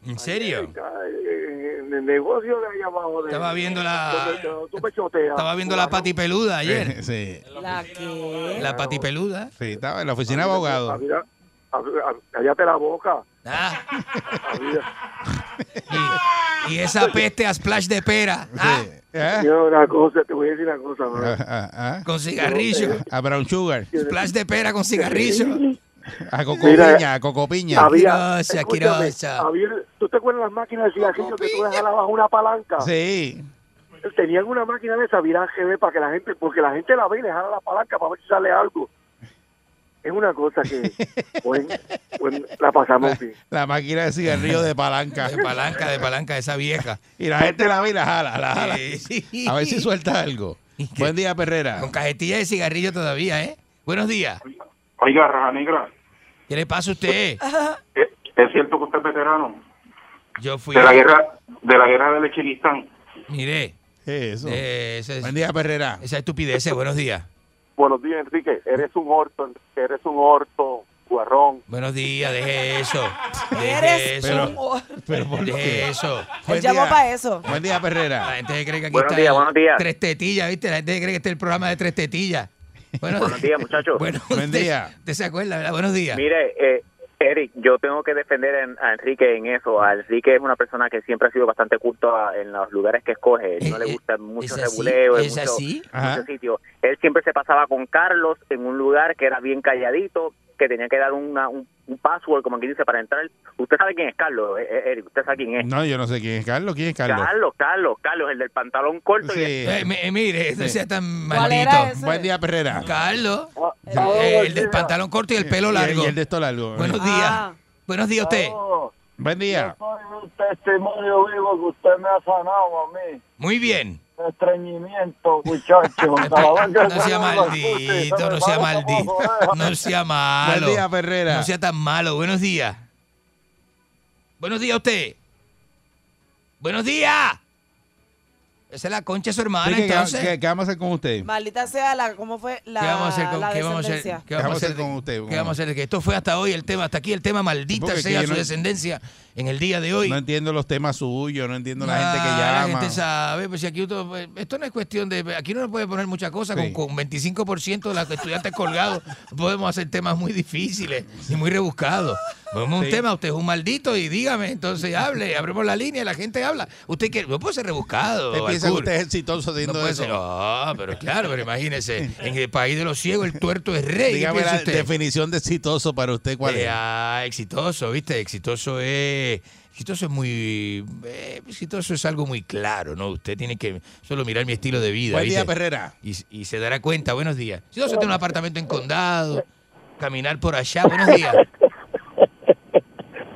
¿En serio? Ay, eh, eh, el negocio de allá abajo. De, Estaba viendo la- donde te- tú me choteas, Estaba viendo la fulano. pati peluda ayer. Sí, sí, La que. La pati peluda. sí, estaba en Ah, la oficina de abogado. A mí- a mí- a- ah, Cállate la boca. Ah, A mí- y, y esa peste a splash de pera. Ah, Sí. Ah, Yo una cosa, te voy a decir una cosa, bro. ah, ah, con cigarrillo. ah. A Brown Sugar, Splash de pera con cigarrillo. a Coco Mira, Piña, a Coco Piña. Había, Asquerosa, escúchame, asquerosa. había, ¿tú te acuerdas las máquinas de cigarrillos que tú jalabas una palanca? Sí, Tenían una máquina de esa virada GB para que la gente, porque la gente la ve y le jala la palanca para ver si sale algo. Es una cosa que pues, pues, la pasamos bien. la máquina de cigarrillos de palanca. De palanca, de palanca, esa vieja. Y la gente la ve y la jala, la jala. Eh, sí. A ver si suelta algo. Buen día, Perrera. Con cajetilla de cigarrillo todavía, ¿eh? Buenos días. Oiga, Raja Negra, ¿Qué le pasa a usted? ¿es, es cierto que usted es veterano Yo fui. de la guerra de la guerra del Echinistán? Mire, ¿Qué es eso? eh, esa, Buen día, Perrera. esa estupidez, eh, buenos días. Buenos días, Enrique. Eres un orto, Enrique. eres un orto, guarrón. Buenos días, deje eso. Deje Eres eso. un or- Pero ¿por Deje qué? eso. Buen Él llamó día. para eso. Buen día, La Perrera. gente se cree que aquí Buenos está días, el buenos días. Tres tetillas, ¿viste? La gente se cree que este es el programa de tres tetillas. Bueno, Buenos días, muchachos. Bueno, Buen usted- día. Usted se acuerda, ¿verdad? Buenos días. Mire, eh, Eric, yo tengo que defender en- a Enrique en eso. A Enrique es una persona que siempre ha sido bastante culta en los lugares que escoge. No Eh, le eh, gusta mucho ¿es así? reguleo. ¿Es mucho- así? en muchos Ajá. sitios. Él siempre se pasaba con Carlos en un lugar que era bien calladito, que tenía que dar una, un, un password, como quien dice, para entrar. Usted sabe quién es Carlos, eh, eh, Eric, usted sabe quién es. No, yo no sé quién es Carlos. ¿Quién es Carlos? Carlos, Carlos, Carlos, el del pantalón corto. y Sí. Eh, mi- eh, mire, no Sí. sea tan ¿Cuál era maldito. ese? Buen día, Perrera. Carlos, Ah, eh, el del mira. pantalón corto y el Y pelo el- largo. Y el de esto largo. Buenos Ah. días. Buenos días a usted. Oh, Buen día. soy un testimonio vivo que usted me ha sanado a mí. Muy bien. De estreñimiento, muchacho. Cada vez que No sea salgo a las luces, se maldito, me no sea paran las maldito. orejas. No sea Buen malo. día, Perrera. No sea tan malo. Buenos días. Buenos días a usted. Buenos días. Esa es la concha de su Sí, hermana, ¿qué- entonces. qué, qué vamos a hacer con usted? Maldita sea la. ¿Cómo fue? La, ¿Qué vamos a hacer con la qué vamos a hacer? descendencia. ¿Qué vamos a hacer con usted? ¿Qué vamos a hacer? Que esto fue hasta hoy el tema, hasta aquí el tema maldita Porque es que sea yo su no- descendencia en el día de hoy. No entiendo los temas suyos, no entiendo la Ah, gente que la llama. gente sabe, pues si aquí uno- pues, esto no es cuestión de. pues, Aquí no le puede poner mucha cosa, Sí. con, con 25% de los estudiantes colgados podemos hacer temas muy difíciles y muy rebuscados. Vamos a un Sí. tema, usted es un maldito y dígame, entonces hable, abrimos la línea y la gente habla. Usted quiere. No puede ser rebuscado. Usted piensa que Alcur. usted es exitoso No haciendo puede eso. ser. Ah, pero claro, pero imagínese, en el país de los ciegos el tuerto es rey. ¿Qué Dígame piensa la usted? definición de exitoso para usted, ¿cuál Eh, es? ah, exitoso, ¿viste? Exitoso es. Exitoso es muy. eh, exitoso es algo muy claro, ¿no? Usted tiene que solo mirar mi estilo de vida. Buen día, ¿viste? Perrera. y, y se dará cuenta, buenos días. Exitoso es tener un apartamento en condado, caminar por allá, buenos días.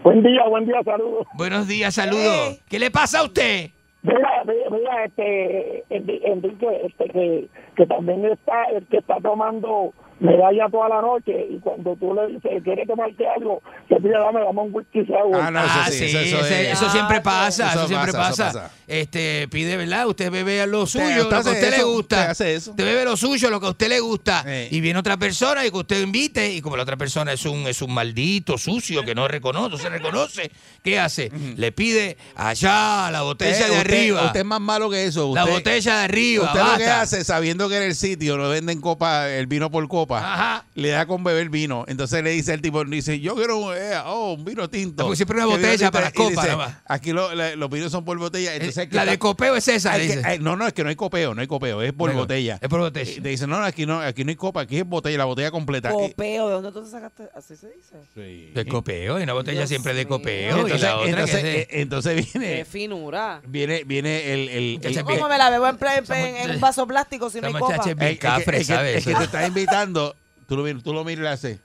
Buen día, buen día, saludos. Buenos días, saludos. ¿Qué le pasa a usted? Mira, mira, mira, este, Enri- Enrique, este, que, que también está el que está tomando medalla toda la noche y cuando tú le dices, ¿quieres tomarte algo? Te pide, dame, dame un whisky sour. Ah, no, eso ah, sí, sí, eso- eso ese- es- eso Ah, Ah, siempre pasa, eso, Eso siempre pasa, eso pasa. pasa. Este, pide, ¿verdad? Usted bebe a lo suyo, usted lo que hace a usted le eso, gusta. usted hace eso. Usted bebe lo suyo, lo que a usted le gusta. Eh. Y viene otra persona y que usted invite, y como la otra persona es un es un maldito sucio que no reconoce, no se reconoce, ¿qué hace? Le pide allá la botella Eh, de usted- arriba. Usted es más malo que eso. la usted- botella de arriba, Usted lo que basta. hace, sabiendo que en el sitio no venden copa, el vino por copa, Ajá. le da con beber vino. Entonces le dice el tipo, dice, yo quiero un, eh, oh, un vino tinto. Ah, porque siempre una Que vino botella tinto. para Y copa, dice, nada más. Aquí lo- la- los vinos son por botella. Entonces, Eh, aquí la está- de copeo es esa, hay le que- dice. hay- no, no, es que no hay copeo, no hay copeo, es por No, botella. es por botella. Y Te dicen, no, no, aquí no, aquí no hay copa, aquí es botella, la botella completa. Y- Copeo, ¿de dónde tú te sacaste? Así se dice. Sí. De copeo, y una botella Dios siempre de mío. copeo. y Entonces, la otra entonces, que eh, es de- entonces Qué viene, finura. viene, viene el, el, Muchacha, el- bien. ¿Cómo me la bebo en, pla- en- Esa en- en muchacha- un vaso plástico si no esa hay muchacha copa? es bien Eh, Es que- cafre, es que, ¿sabes? es que te estás invitando, tú lo, miras- tú lo miras y le haces,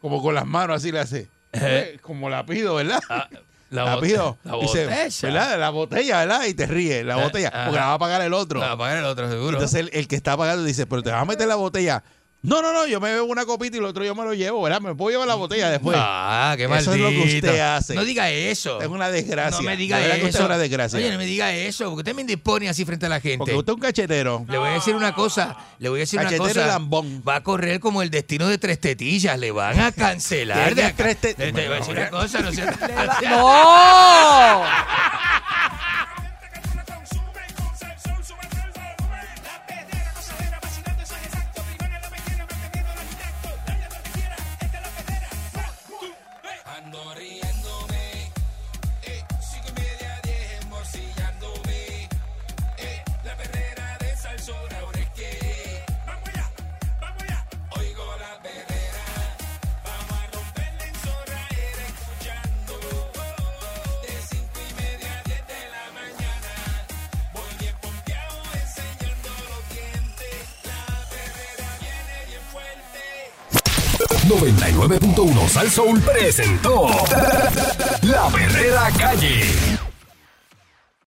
como con las manos así le haces. Eh, Como la pido, ¿verdad? Ah, la la bot- pido. la Y se- botella. ¿verdad? La botella, ¿verdad? Y te ríes, la Eh, botella, ajá. porque la va a pagar el otro. Para pagar el otro, seguro. Entonces el, el que está pagando dice, pero te vas a meter la botella. No, no, no, yo me bebo una copita y el otro yo me lo llevo, ¿verdad? Me puedo llevar la botella después. ah, qué pues, eso maldito. es lo que usted hace. No diga este. eso. Es una desgracia. No me diga De verdad que eso. usted es una desgracia. Oye, no me diga eso, porque usted me indispone así frente a la gente. Porque usted es un cachetero. Le voy a decir una cosa, le voy a decir Cachetero una cosa. y lambón. Va a correr como el destino de tres tetillas, le van a cancelar Tienes de acá. ¡Oh! tres te- Le- te voy a decir una cosa, no sea- ¡No! eh, eh, 99.1 Sal Soul presentó La Verdadera Calle.